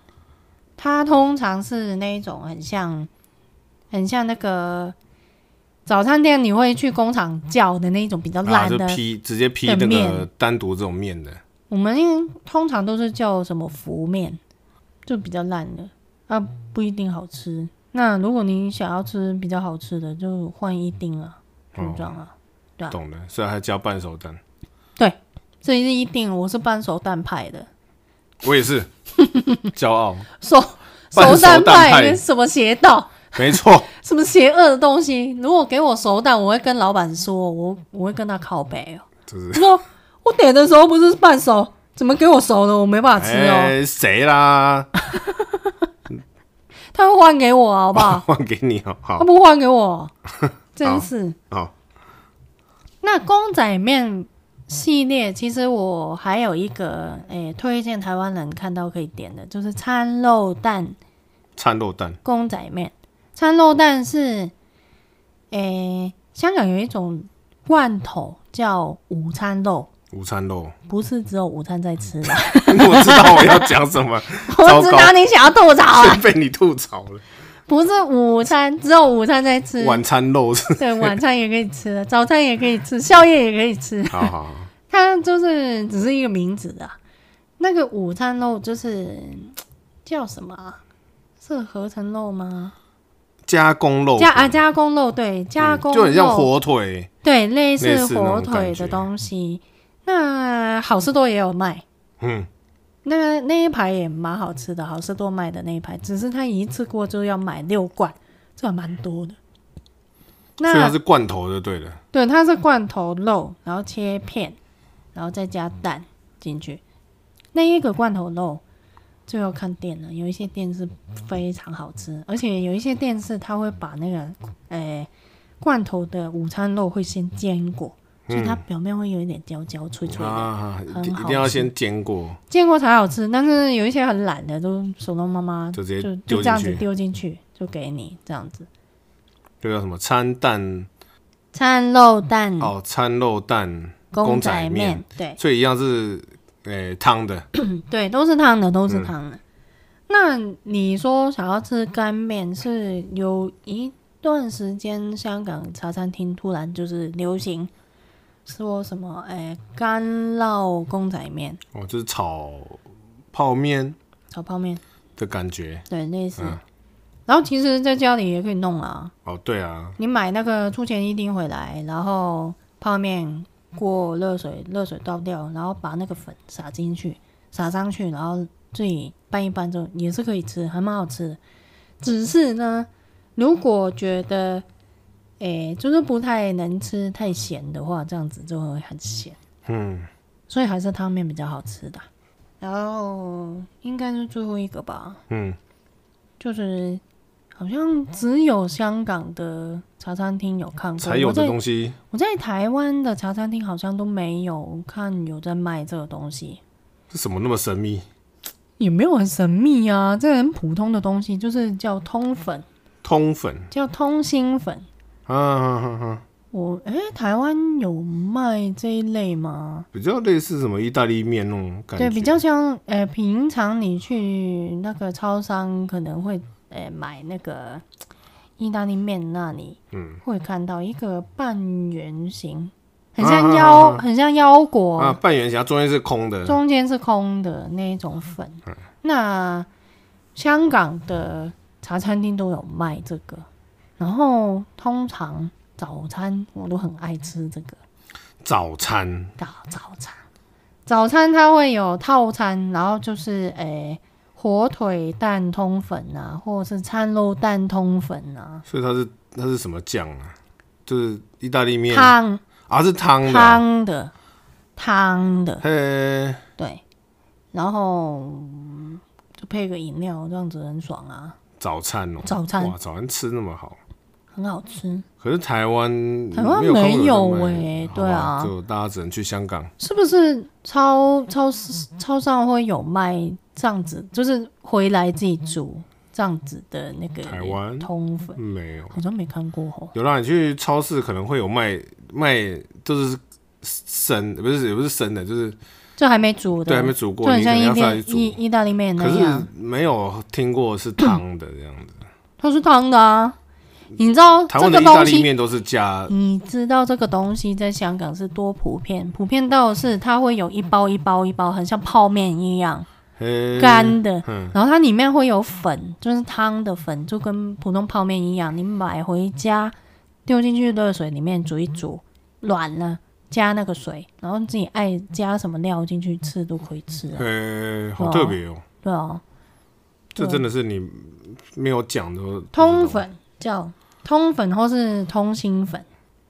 Speaker 2: 它通常是那一种很像很像那个早餐店你会去工厂叫的那一种比较
Speaker 1: 然
Speaker 2: 烂
Speaker 1: 后
Speaker 2: 的。
Speaker 1: 啊就批直接批
Speaker 2: 的
Speaker 1: 那个
Speaker 2: 面
Speaker 1: 单独这种面的，
Speaker 2: 我们应通常都是叫什么浮面，就比较烂的啊，不一定好吃。那如果你想要吃比较好吃的，就换一丁啊，就这样啊。啊
Speaker 1: 哦懂的，所以还加半熟蛋。
Speaker 2: 这是一定，我是半熟蛋
Speaker 1: (laughs)
Speaker 2: 派的，
Speaker 1: 我也是 (laughs) 骄傲，
Speaker 2: 熟
Speaker 1: 半熟蛋
Speaker 2: 蛋
Speaker 1: 派
Speaker 2: 你什么邪道， (laughs)
Speaker 1: 没错，
Speaker 2: 什么邪恶的东西？如果给我熟蛋，我会跟老板说，我我会跟他
Speaker 1: (laughs)
Speaker 2: 靠背哦，
Speaker 1: 就是
Speaker 2: 我说我点的时候不是半熟，怎么给我熟的？我没办法吃哦，
Speaker 1: 哎谁啦？
Speaker 2: 他会换给我啊好
Speaker 1: (laughs)
Speaker 2: 不好？
Speaker 1: 换给你哦，好
Speaker 2: 他不换
Speaker 1: (laughs)
Speaker 2: 给我，真是。
Speaker 1: 好，
Speaker 2: 那公仔面系列，其实我还有一个诶、推荐台湾人看到可以点的，就是餐肉蛋
Speaker 1: 掺肉蛋，
Speaker 2: 公仔面，餐肉蛋是，诶、香港有一种罐头叫午餐肉，
Speaker 1: 午餐肉， (laughs)
Speaker 2: 不是只有午餐在吃的。
Speaker 1: 我知道我要讲什么，糟
Speaker 2: 我知
Speaker 1: 糕
Speaker 2: 道，你想要吐槽 (laughs) 啊，
Speaker 1: 先被你吐槽了。
Speaker 2: 不是午餐，只有午餐在吃。
Speaker 1: 晚餐肉
Speaker 2: (laughs)
Speaker 1: 是，
Speaker 2: 对，晚餐也可以吃的，早餐也可以吃，宵夜也可以吃。
Speaker 1: 好好好，
Speaker 2: 它就是只是一个名字的啊。那个午餐肉就是叫什么啊？是合成肉吗？
Speaker 1: 加工肉
Speaker 2: 加啊加工肉，对，加
Speaker 1: 嗯
Speaker 2: 工肉、
Speaker 1: 就很像火腿，
Speaker 2: 对，类
Speaker 1: 类
Speaker 2: 似
Speaker 1: 似那种
Speaker 2: 火
Speaker 1: 感
Speaker 2: 腿
Speaker 1: 觉
Speaker 2: 的东西。那好事多也有卖，
Speaker 1: 嗯，
Speaker 2: 那个那一排也蛮好吃的，好事多卖的那一排，只是他一次过就要买六罐，这还蛮多的。
Speaker 1: 所以它
Speaker 2: 那
Speaker 1: 是啊罐头就对了，
Speaker 2: 对，它是罐头肉，然后切片，然后再加蛋进去。那一个罐头肉就要看店了，有一些店是非常好吃，而且有一些店是它会把那个呃罐头的午餐肉会先煎过，所以它表面会有一点焦焦脆脆
Speaker 1: 嗯
Speaker 2: 的，
Speaker 1: 啊，一
Speaker 2: 很
Speaker 1: 定一
Speaker 2: 好
Speaker 1: 定要
Speaker 2: 吃
Speaker 1: 先煎过，
Speaker 2: 见过才好吃。但是有一些很懒的，都手动妈妈
Speaker 1: 就直接
Speaker 2: 就
Speaker 1: 丢
Speaker 2: 就这样
Speaker 1: 进
Speaker 2: 子
Speaker 1: 去，
Speaker 2: 丢进去，就给你这样子。
Speaker 1: 这叫什么？餐蛋
Speaker 2: 掺肉蛋、
Speaker 1: 哦，餐肉蛋，
Speaker 2: 公
Speaker 1: 公仔
Speaker 2: 仔
Speaker 1: 面
Speaker 2: 面，对
Speaker 1: 所以一样是诶汤的，
Speaker 2: 对，都是汤的，都是汤的。那你说想要吃干面，是有一段时间香港茶餐厅突然就是流行说什么，哎，干烙公仔面、
Speaker 1: 哦，就是炒泡面
Speaker 2: 炒泡面，
Speaker 1: 的感觉。
Speaker 2: 对，类似。
Speaker 1: 嗯
Speaker 2: 然后其实在家里也可以弄啊，
Speaker 1: 哦，对啊，
Speaker 2: 你买那个出前一丁回来，然后泡面过热水，热水倒掉，然后把那个粉撒进去，撒上去，然后自己拌一拌之后也是可以吃，还蛮好吃的。只是呢，如果觉得诶、就是不太能吃太咸的话，这样子就会很咸，
Speaker 1: 嗯，
Speaker 2: 所以还是汤面比较好吃的。然后应该是最后一个吧，
Speaker 1: 嗯，
Speaker 2: 就是好像只有香港的茶餐厅有看过，
Speaker 1: 才有
Speaker 2: 我在
Speaker 1: 的东西
Speaker 2: 我在台湾的茶餐厅好像都没有看有在卖这个东西，
Speaker 1: 是什么那么神秘？
Speaker 2: 也没有很神秘啊，这很普通的东西，就是叫通粉，
Speaker 1: 通粉
Speaker 2: 叫通心粉。
Speaker 1: 啊啊，啊啊
Speaker 2: 我诶、台湾有卖这一类吗？
Speaker 1: 比较类似什么意大利面那种感觉，
Speaker 2: 对，比较像诶、呃平常你去那个超商可能会诶、呃买那个意大利面，那里
Speaker 1: 嗯
Speaker 2: 会看到一个半圆形，很
Speaker 1: 啊
Speaker 2: 像
Speaker 1: 啊
Speaker 2: 腰，
Speaker 1: 啊啊
Speaker 2: 很像腰果
Speaker 1: 啊，半圆形，中间是空的，
Speaker 2: 中间是空的那一种粉。
Speaker 1: 嗯
Speaker 2: 那香港的茶餐厅都有卖这个，然后通常早餐我都很爱吃这个
Speaker 1: 早餐
Speaker 2: 早早餐。早餐它会有套餐，然后就是诶、火腿蛋通粉啊，或者是餐肉蛋通粉啊，
Speaker 1: 所以它是它是什么酱啊？就是意大利面
Speaker 2: 汤
Speaker 1: 啊，是汤的啊、
Speaker 2: 汤的汤的，
Speaker 1: 嘿，
Speaker 2: 对，然后嗯就配个饮料，这样子很爽啊。
Speaker 1: 早餐哦、
Speaker 2: 早餐
Speaker 1: 哇，早餐吃那么好，
Speaker 2: 很好吃，
Speaker 1: 可是台湾
Speaker 2: 台湾
Speaker 1: 没有看
Speaker 2: 没
Speaker 1: 过
Speaker 2: 有
Speaker 1: 人
Speaker 2: 欸
Speaker 1: 卖
Speaker 2: 对啊
Speaker 1: 好吧就大家只能去香港。
Speaker 2: 是不是超？超市超商会有卖这样子，就是回来自己煮这样子的那个
Speaker 1: 台湾
Speaker 2: 通粉，
Speaker 1: 没有，
Speaker 2: 好像没看过哦。
Speaker 1: 有啦，你去超市可能会有卖卖，就是生不是也不是生的，就是
Speaker 2: 这还没煮的，
Speaker 1: 对还没煮
Speaker 2: 就
Speaker 1: 过，
Speaker 2: 很
Speaker 1: 你可
Speaker 2: 像
Speaker 1: 能
Speaker 2: 意
Speaker 1: 要
Speaker 2: 大
Speaker 1: 再去
Speaker 2: 意
Speaker 1: 煮。
Speaker 2: 意大利面那
Speaker 1: 可是
Speaker 2: 样，
Speaker 1: 没有听过是汤的这
Speaker 2: (coughs)
Speaker 1: 样子，
Speaker 2: 它是汤的啊。你知道
Speaker 1: 台
Speaker 2: 这
Speaker 1: 湾的
Speaker 2: 个
Speaker 1: 意大
Speaker 2: 东
Speaker 1: 利
Speaker 2: 西，嗯
Speaker 1: 面都是加
Speaker 2: 你知道这个东西在香港是多普遍，普遍到是它会有一包一包一包，很像泡面一样。
Speaker 1: 呃
Speaker 2: 干的，
Speaker 1: 嗯
Speaker 2: 然后它里面会有粉，就是汤的粉，就跟普通泡面一样。你买回家丢进去热水里面煮一煮，软了加那个水，然后自己爱加什么料进去吃都可以吃啊。
Speaker 1: 呃，好特别哦，
Speaker 2: 对哦，
Speaker 1: 这
Speaker 2: 对
Speaker 1: 真的是你没有讲的
Speaker 2: 通粉叫通粉或是通心粉，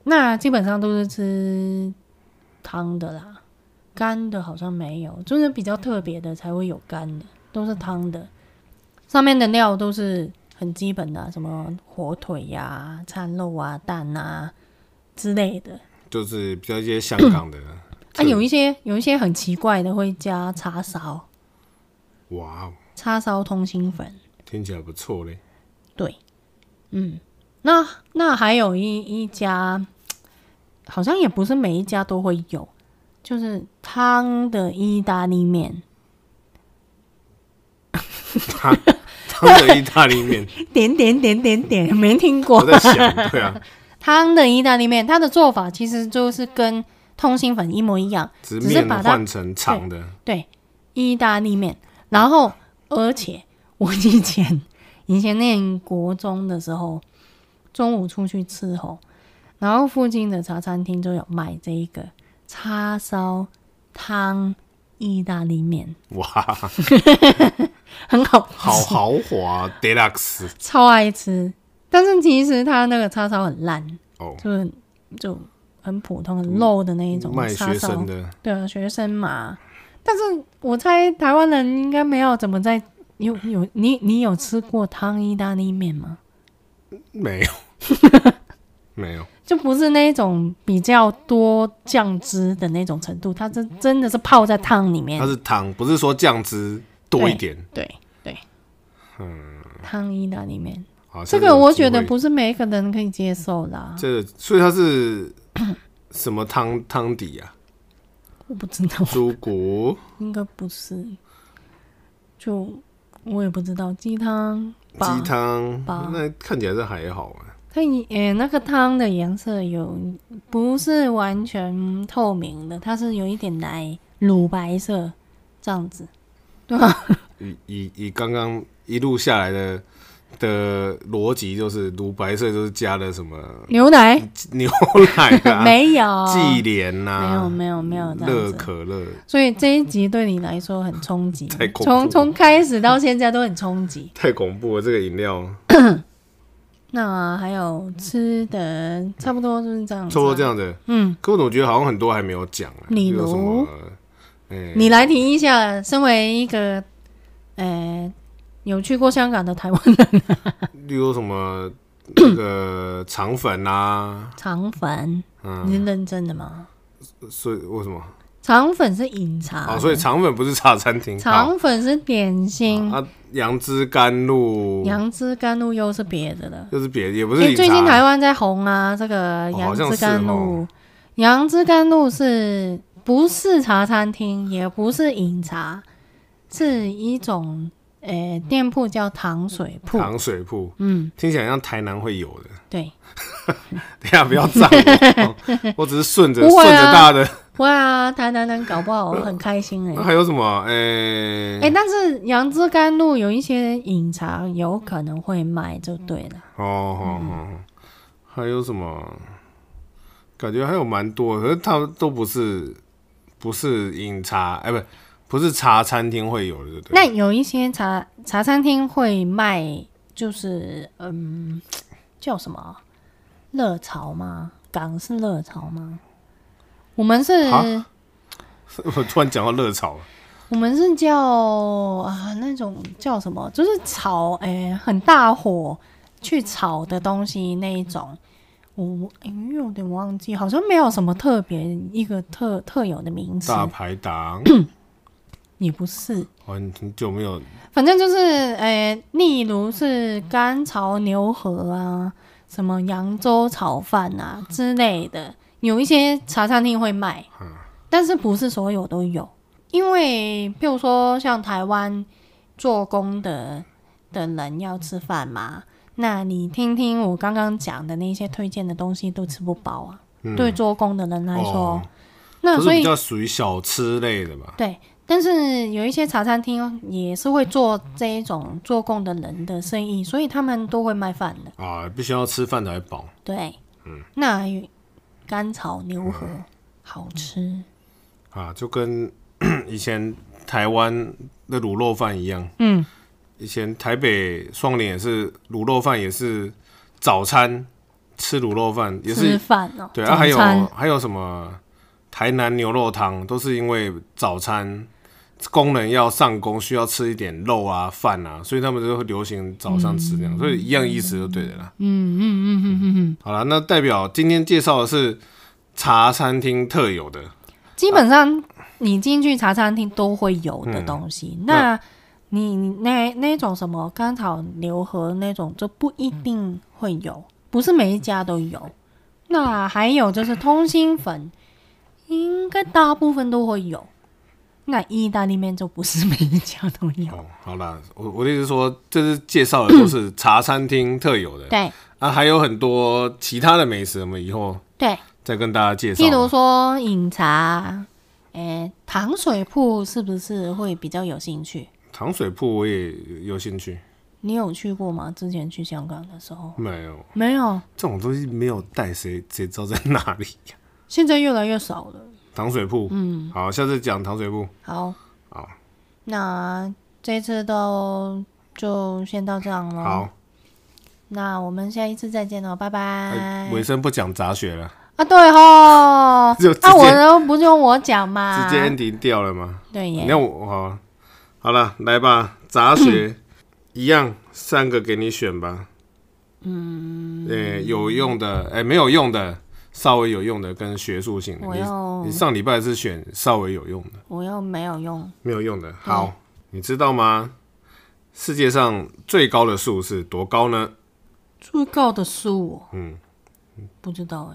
Speaker 2: 那基本上都是吃汤的啦，干的好像没有，就是比较特别的才会有干的，都是汤的，上面的料都是很基本的啊、什么火腿呀、餐肉啊、蛋啊之类的。
Speaker 1: 就是比较一些香港
Speaker 2: (coughs)
Speaker 1: 的
Speaker 2: 啊，
Speaker 1: 特
Speaker 2: 有一些有一些很奇怪的会加叉烧，
Speaker 1: 哇哦，
Speaker 2: 叉烧通心粉。
Speaker 1: 听起来不错嘞， (laughs)
Speaker 2: 对，嗯，那那还有一一家，好像也不是每一家都会有，就是汤的意大利面，
Speaker 1: 汤的意大利
Speaker 2: (laughs)
Speaker 1: 面，
Speaker 2: (laughs) 点点点点点，没听
Speaker 1: 我
Speaker 2: 过
Speaker 1: 在想，对
Speaker 2: (laughs)
Speaker 1: 啊，
Speaker 2: 汤的意大利面，它的做法其实就是跟通心粉一模一样，
Speaker 1: 直
Speaker 2: 只是
Speaker 1: 面
Speaker 2: 把它
Speaker 1: 换成长的，
Speaker 2: 对，意大利面。然后，而且我以前以前念国中的时候，中午出去吃吼，然后附近的茶餐厅就有卖这一个叉烧汤意大利面，
Speaker 1: 哇，
Speaker 2: 很好吃， (laughs)
Speaker 1: 好豪华 deluxe
Speaker 2: 超爱吃。但是其实它那个叉烧很烂，
Speaker 1: 哦，嗯
Speaker 2: 就是就很普通、很肉的那一种
Speaker 1: 卖
Speaker 2: 叉
Speaker 1: 学
Speaker 2: 烧
Speaker 1: 生。的，
Speaker 2: 对啊，学生嘛。但是我猜台湾人应该没有怎么在有有你你有吃过汤意大利面吗？ (laughs)
Speaker 1: 没有，没有，
Speaker 2: 就不是那一种比较多酱汁的那种程度，它真真的是泡在汤里面
Speaker 1: 它，是汤，不是说酱汁多一点。
Speaker 2: 对对，嗯，汤意大利面，
Speaker 1: 好，下
Speaker 2: 这
Speaker 1: 次
Speaker 2: 个
Speaker 1: 有
Speaker 2: 我
Speaker 1: 机
Speaker 2: 觉得
Speaker 1: 会，
Speaker 2: 不是每一个人可以接受的啊、
Speaker 1: 这个所以它
Speaker 2: (coughs)
Speaker 1: 是什么汤汤底啊？
Speaker 2: 我不知道，
Speaker 1: 猪骨
Speaker 2: 应该不是，就我也不知道鸡汤吧
Speaker 1: 鸡，汤
Speaker 2: 吧，
Speaker 1: 那看起来是还好啊。
Speaker 2: 它也呃那个汤的颜色有不是完全透明的，它是有一点奶乳白色这样子，
Speaker 1: 嗯
Speaker 2: 对吧？
Speaker 1: 以以以刚刚一路下来的的逻辑就是，乳白色就是加了什么
Speaker 2: 牛奶、
Speaker 1: (laughs) 牛奶啊、
Speaker 2: (laughs) 没有，
Speaker 1: 忌廉呐、
Speaker 2: 没有没有没有这样
Speaker 1: 热
Speaker 2: 子，
Speaker 1: 可乐，
Speaker 2: 所以这一集对你来说很冲
Speaker 1: (laughs)
Speaker 2: 击
Speaker 1: 太，恐怖了
Speaker 2: 从从开始到现在都很冲击。
Speaker 1: 太恐怖了！这个饮料
Speaker 2: 那还有吃的，差不多就是这样，啊
Speaker 1: 差不多这。样子。
Speaker 2: 嗯，
Speaker 1: 可我总觉得好像很多还没有讲、啊，
Speaker 2: 例
Speaker 1: 比如
Speaker 2: 如
Speaker 1: 什么，哎
Speaker 2: 你来提一下，身为一个呃有去过香港的台湾人，
Speaker 1: 例如什么这
Speaker 2: (coughs)
Speaker 1: 个肠粉啊，
Speaker 2: 肠粉，
Speaker 1: 嗯，
Speaker 2: 你是认真的吗？
Speaker 1: 所以为什么？
Speaker 2: 肠粉是饮茶
Speaker 1: 啊，
Speaker 2: 的，
Speaker 1: 所以肠粉不是茶餐厅，
Speaker 2: 肠粉是点心，
Speaker 1: 好啊，杨枝甘露
Speaker 2: 杨枝甘露又是别的了。
Speaker 1: 就是别也不是
Speaker 2: 因为
Speaker 1: 饮茶
Speaker 2: 最近台湾在红啊，这个
Speaker 1: 哦
Speaker 2: 杨
Speaker 1: 好像
Speaker 2: 枝
Speaker 1: 是
Speaker 2: 甘露
Speaker 1: 哦，
Speaker 2: 杨枝甘露是不是茶餐厅，也不是饮茶，是一种呃、店铺叫糖水铺，
Speaker 1: 糖水铺，
Speaker 2: 嗯，
Speaker 1: 听起来像台南会有的。
Speaker 2: 对，
Speaker 1: 等一下不要赞
Speaker 2: (laughs)
Speaker 1: 我，我只是顺着
Speaker 2: 不会
Speaker 1: 顺
Speaker 2: 啊
Speaker 1: 着大家的。
Speaker 2: 哇，台南人搞不好我很开心哎、
Speaker 1: 那 (laughs)
Speaker 2: 欸。
Speaker 1: 还有什么？哎
Speaker 2: 哎、但是杨枝甘露有一些饮茶有可能会卖，就对了。
Speaker 1: 哦，好好，好还有什么？感觉还有蛮多的，可是他们都不是不是饮茶，哎、不不是茶餐厅会有的，对不对？
Speaker 2: 那有一些茶茶餐厅会卖，就是嗯，叫什么啊热潮吗？港式热潮吗？我们是，
Speaker 1: 啊我 (laughs) 突然讲到热炒了，
Speaker 2: 我们是叫啊那种叫什么？就是炒，哎、很大火去炒的东西那一种。我因为有点忘记，好像没有什么特别一个特特有的名词，
Speaker 1: 大排
Speaker 2: (coughs)
Speaker 1: 档，
Speaker 2: 也不是。
Speaker 1: 我很很久没有
Speaker 2: 反正就是，呃，例如是干炒牛河啊，什么扬州炒饭啊之类的，有一些茶餐厅会卖，但是不是所有都有，因为譬如说像台湾做工的的人要吃饭嘛，那你听听我刚刚讲的那些推荐的东西都吃不饱啊，
Speaker 1: 嗯
Speaker 2: 对做工的人来说，
Speaker 1: 哦
Speaker 2: 那
Speaker 1: 都是
Speaker 2: 所以
Speaker 1: 比较属于小吃类的吧。
Speaker 2: 对，但是有一些茶餐厅也是会做这一种做工的人的生意，所以他们都会卖饭的。
Speaker 1: 啊，必须要吃饭才饱。
Speaker 2: 对，嗯，那有干炒牛河、
Speaker 1: 嗯
Speaker 2: 好吃，
Speaker 1: 啊，就跟 (coughs) 以前台湾的卤肉饭一样。
Speaker 2: 嗯，
Speaker 1: 以前台北双连也是卤肉饭，也是早餐吃卤肉饭，也
Speaker 2: 吃
Speaker 1: 是
Speaker 2: 饭哦、
Speaker 1: 对啊，
Speaker 2: 早
Speaker 1: 还有
Speaker 2: 餐
Speaker 1: 还有什么台南牛肉汤，都是因为早餐工人要上工，需要吃一点肉啊饭啊，所以他们就会流行早上吃这样，所以一样意思就对的啦。嗯嗯嗯嗯嗯嗯嗯。好了，那代表今天介绍的是茶餐厅特有的。
Speaker 2: 基本上你进去茶餐厅都会有的东西。那你那那种什么甘草牛河那种，就不一定会有，不是每一家都有。那还有就是通心粉，应该大部分都会有。那意大利面就不是每一家都
Speaker 1: (laughs)
Speaker 2: 有，
Speaker 1: 哦，好啦，我我的意思是说，这是介绍的都是茶餐厅特有的
Speaker 2: 对
Speaker 1: 啊，还有很多其他的美食，我们以后
Speaker 2: 对，
Speaker 1: 再跟大家介绍
Speaker 2: 譬。如说饮茶，诶、糖水铺是不是会比较有兴趣？
Speaker 1: 糖水铺我也有兴趣，
Speaker 2: 你有去过吗？之前去香港的时候
Speaker 1: 没有
Speaker 2: 没有，
Speaker 1: 这种东西没有带，谁谁知道在哪里 (laughs) 呀、
Speaker 2: 现在越来越少了。
Speaker 1: 糖水铺，嗯，好，下次讲糖水铺，
Speaker 2: 好，
Speaker 1: 好，
Speaker 2: 那这次都就先到这样喽。，
Speaker 1: 好，
Speaker 2: 那我们下一次再见喽，拜拜。
Speaker 1: 哎尾声不讲杂学了，
Speaker 2: 啊，对吼，
Speaker 1: 就直接
Speaker 2: 啊，我都不用我讲嘛，
Speaker 1: 直接 ending 掉了吗？
Speaker 2: 对
Speaker 1: 你
Speaker 2: 耶，
Speaker 1: 看我好啊，好了，来吧，杂学一样，三个给你选吧。嗯，呃、有用的，哎、没有用的，稍微有用的跟学术性的。
Speaker 2: 我要
Speaker 1: 你你上礼拜是选稍微有用的，
Speaker 2: 我又没有用，
Speaker 1: 没有用的。好，你知道吗？世界上最高的树是多高呢？
Speaker 2: 最高的是我，嗯，不知道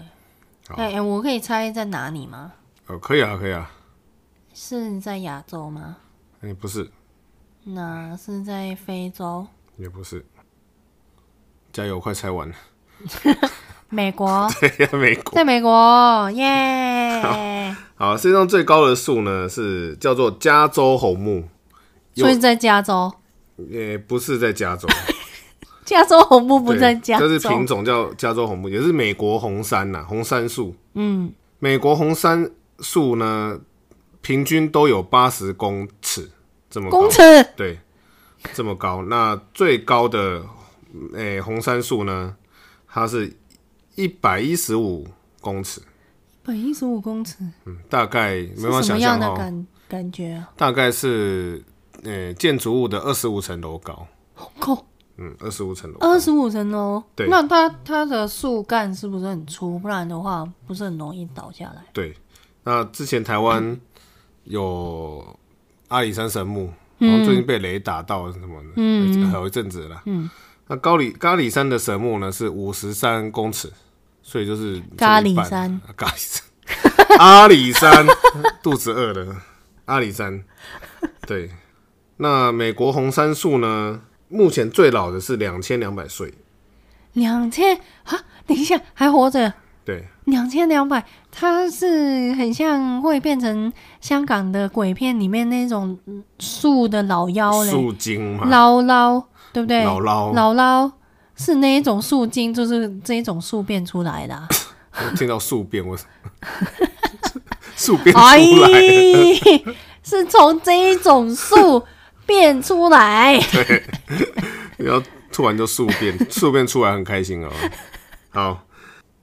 Speaker 2: 哎、哎、哎我可以猜在哪里吗？
Speaker 1: 哦，可以啊，可以啊。
Speaker 2: 是在亚洲吗？
Speaker 1: 哎、不是，
Speaker 2: 那是在非洲、
Speaker 1: 也不是。加油，快拆完了。 (laughs)
Speaker 2: 美国，
Speaker 1: 美国。
Speaker 2: 在美国，耶！
Speaker 1: 好，世界上最高的树呢是叫做加州红木，有
Speaker 2: 所以在加州，
Speaker 1: 也不是在加州，
Speaker 2: 加州红木 (laughs) 不在加州，
Speaker 1: 这是品种叫加州红木，也是美国红杉呐、红杉树。嗯，美国红杉树呢，平均都有八十公尺这么高，
Speaker 2: 公尺，
Speaker 1: 对，这么高。那最高的诶、红杉树呢，它是一百一十五公尺，
Speaker 2: 本一十五公尺，
Speaker 1: 嗯大概没办法
Speaker 2: 是什
Speaker 1: 想
Speaker 2: 么
Speaker 1: 象
Speaker 2: 样的
Speaker 1: 哦，
Speaker 2: 感感觉啊？
Speaker 1: 大概是诶、建筑物的二十五层楼高，
Speaker 2: 靠，
Speaker 1: 嗯，二十五层楼高。
Speaker 2: 二十五层楼，
Speaker 1: 对
Speaker 2: 那它它的树干是不是很粗？不然的话，不是很容易倒下来。
Speaker 1: 对，那之前台湾有阿里山神木，
Speaker 2: 嗯
Speaker 1: 然后最近被雷打到什么的，嗯，还有一阵子了。嗯，那高里咖喱山的神木呢是五十三公尺，所以就是
Speaker 2: 咖
Speaker 1: 这一
Speaker 2: 喱
Speaker 1: 半
Speaker 2: 山
Speaker 1: 啊咖喱山，阿里山，肚子饿了，阿里山。对，那美国红杉树呢，目前最老的是两千两百岁，
Speaker 2: 两千啊，等一下还活着，
Speaker 1: 对，
Speaker 2: 两千两百，它是很像会变成香港的鬼片里面那种嗯树的老妖嘞，
Speaker 1: 树精嘛，
Speaker 2: 捞捞，对不对？
Speaker 1: 老捞，
Speaker 2: 姥姥是那一种树精，就是这一种树变出来的啊、
Speaker 1: 我听到宿便，我 (laughs) 宿便
Speaker 2: 哎
Speaker 1: 出来，，
Speaker 2: 是从这一种树变出来。
Speaker 1: 然后突然就宿便， (laughs) 宿便出来很开心哦。好，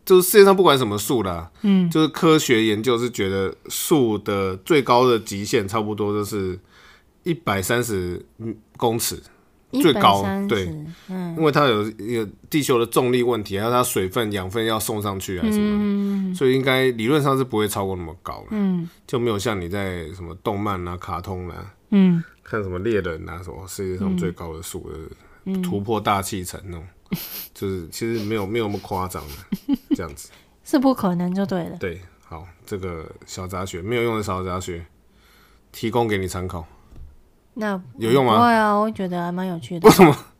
Speaker 1: 就是世界上不管什么树啦，嗯，就是科学研究是觉得树的最高的极限差不多就是一百三十公尺，最高
Speaker 2: 130
Speaker 1: 对，
Speaker 2: 嗯，
Speaker 1: 因为它有有地球的重力问题，还有它水分、养分要送上去啊什么的，所以应该理论上是不会超过那么高的，
Speaker 2: 嗯
Speaker 1: 就没有像你在什么动漫啊、卡通啊。
Speaker 2: 嗯，
Speaker 1: 看什么猎人啊，什么世界上最高的树的、
Speaker 2: 嗯
Speaker 1: 突破大气层那种， (laughs) 就是其实没有没有那么夸张
Speaker 2: (laughs)
Speaker 1: 的这样子。
Speaker 2: 是不可能就对了。
Speaker 1: 对，好，这个小杂学没有用的小杂学，提供给你参考。 (laughs)
Speaker 2: 那
Speaker 1: 有用吗
Speaker 2: 不会啊，我觉得还蛮有趣的。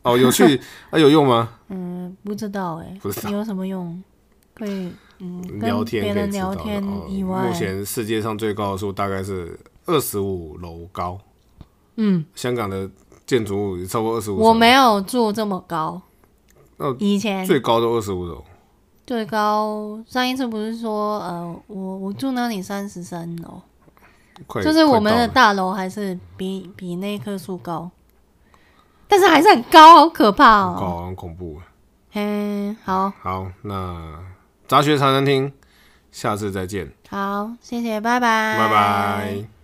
Speaker 1: 哦，有趣啊，有用吗？
Speaker 2: 嗯，不知道哎、
Speaker 1: 不知道
Speaker 2: 有什么用？可以嗯，
Speaker 1: 聊
Speaker 2: 跟
Speaker 1: 天
Speaker 2: 别
Speaker 1: 可以
Speaker 2: 人
Speaker 1: 知道
Speaker 2: 聊
Speaker 1: 的
Speaker 2: 天
Speaker 1: 哦。
Speaker 2: 以外，
Speaker 1: 目前世界上最高的树大概是二十五楼高，
Speaker 2: 嗯，
Speaker 1: 香港的建筑物也超过二十五。
Speaker 2: 我没有住这么高。
Speaker 1: 那
Speaker 2: 以前
Speaker 1: 最高都二十五楼，
Speaker 2: 最高上一次不是说呃，我我住那里三十三楼，
Speaker 1: 快
Speaker 2: 就是我
Speaker 1: 快
Speaker 2: 们
Speaker 1: 到
Speaker 2: 的
Speaker 1: 了
Speaker 2: 大楼还是比比那棵树高，但是还是很高，好可怕
Speaker 1: 很
Speaker 2: 哦。
Speaker 1: 高，很恐怖啊。
Speaker 2: 嗯，好
Speaker 1: 好，那杂学茶餐厅，下次再见，
Speaker 2: 好，谢谢，拜拜，
Speaker 1: 拜拜。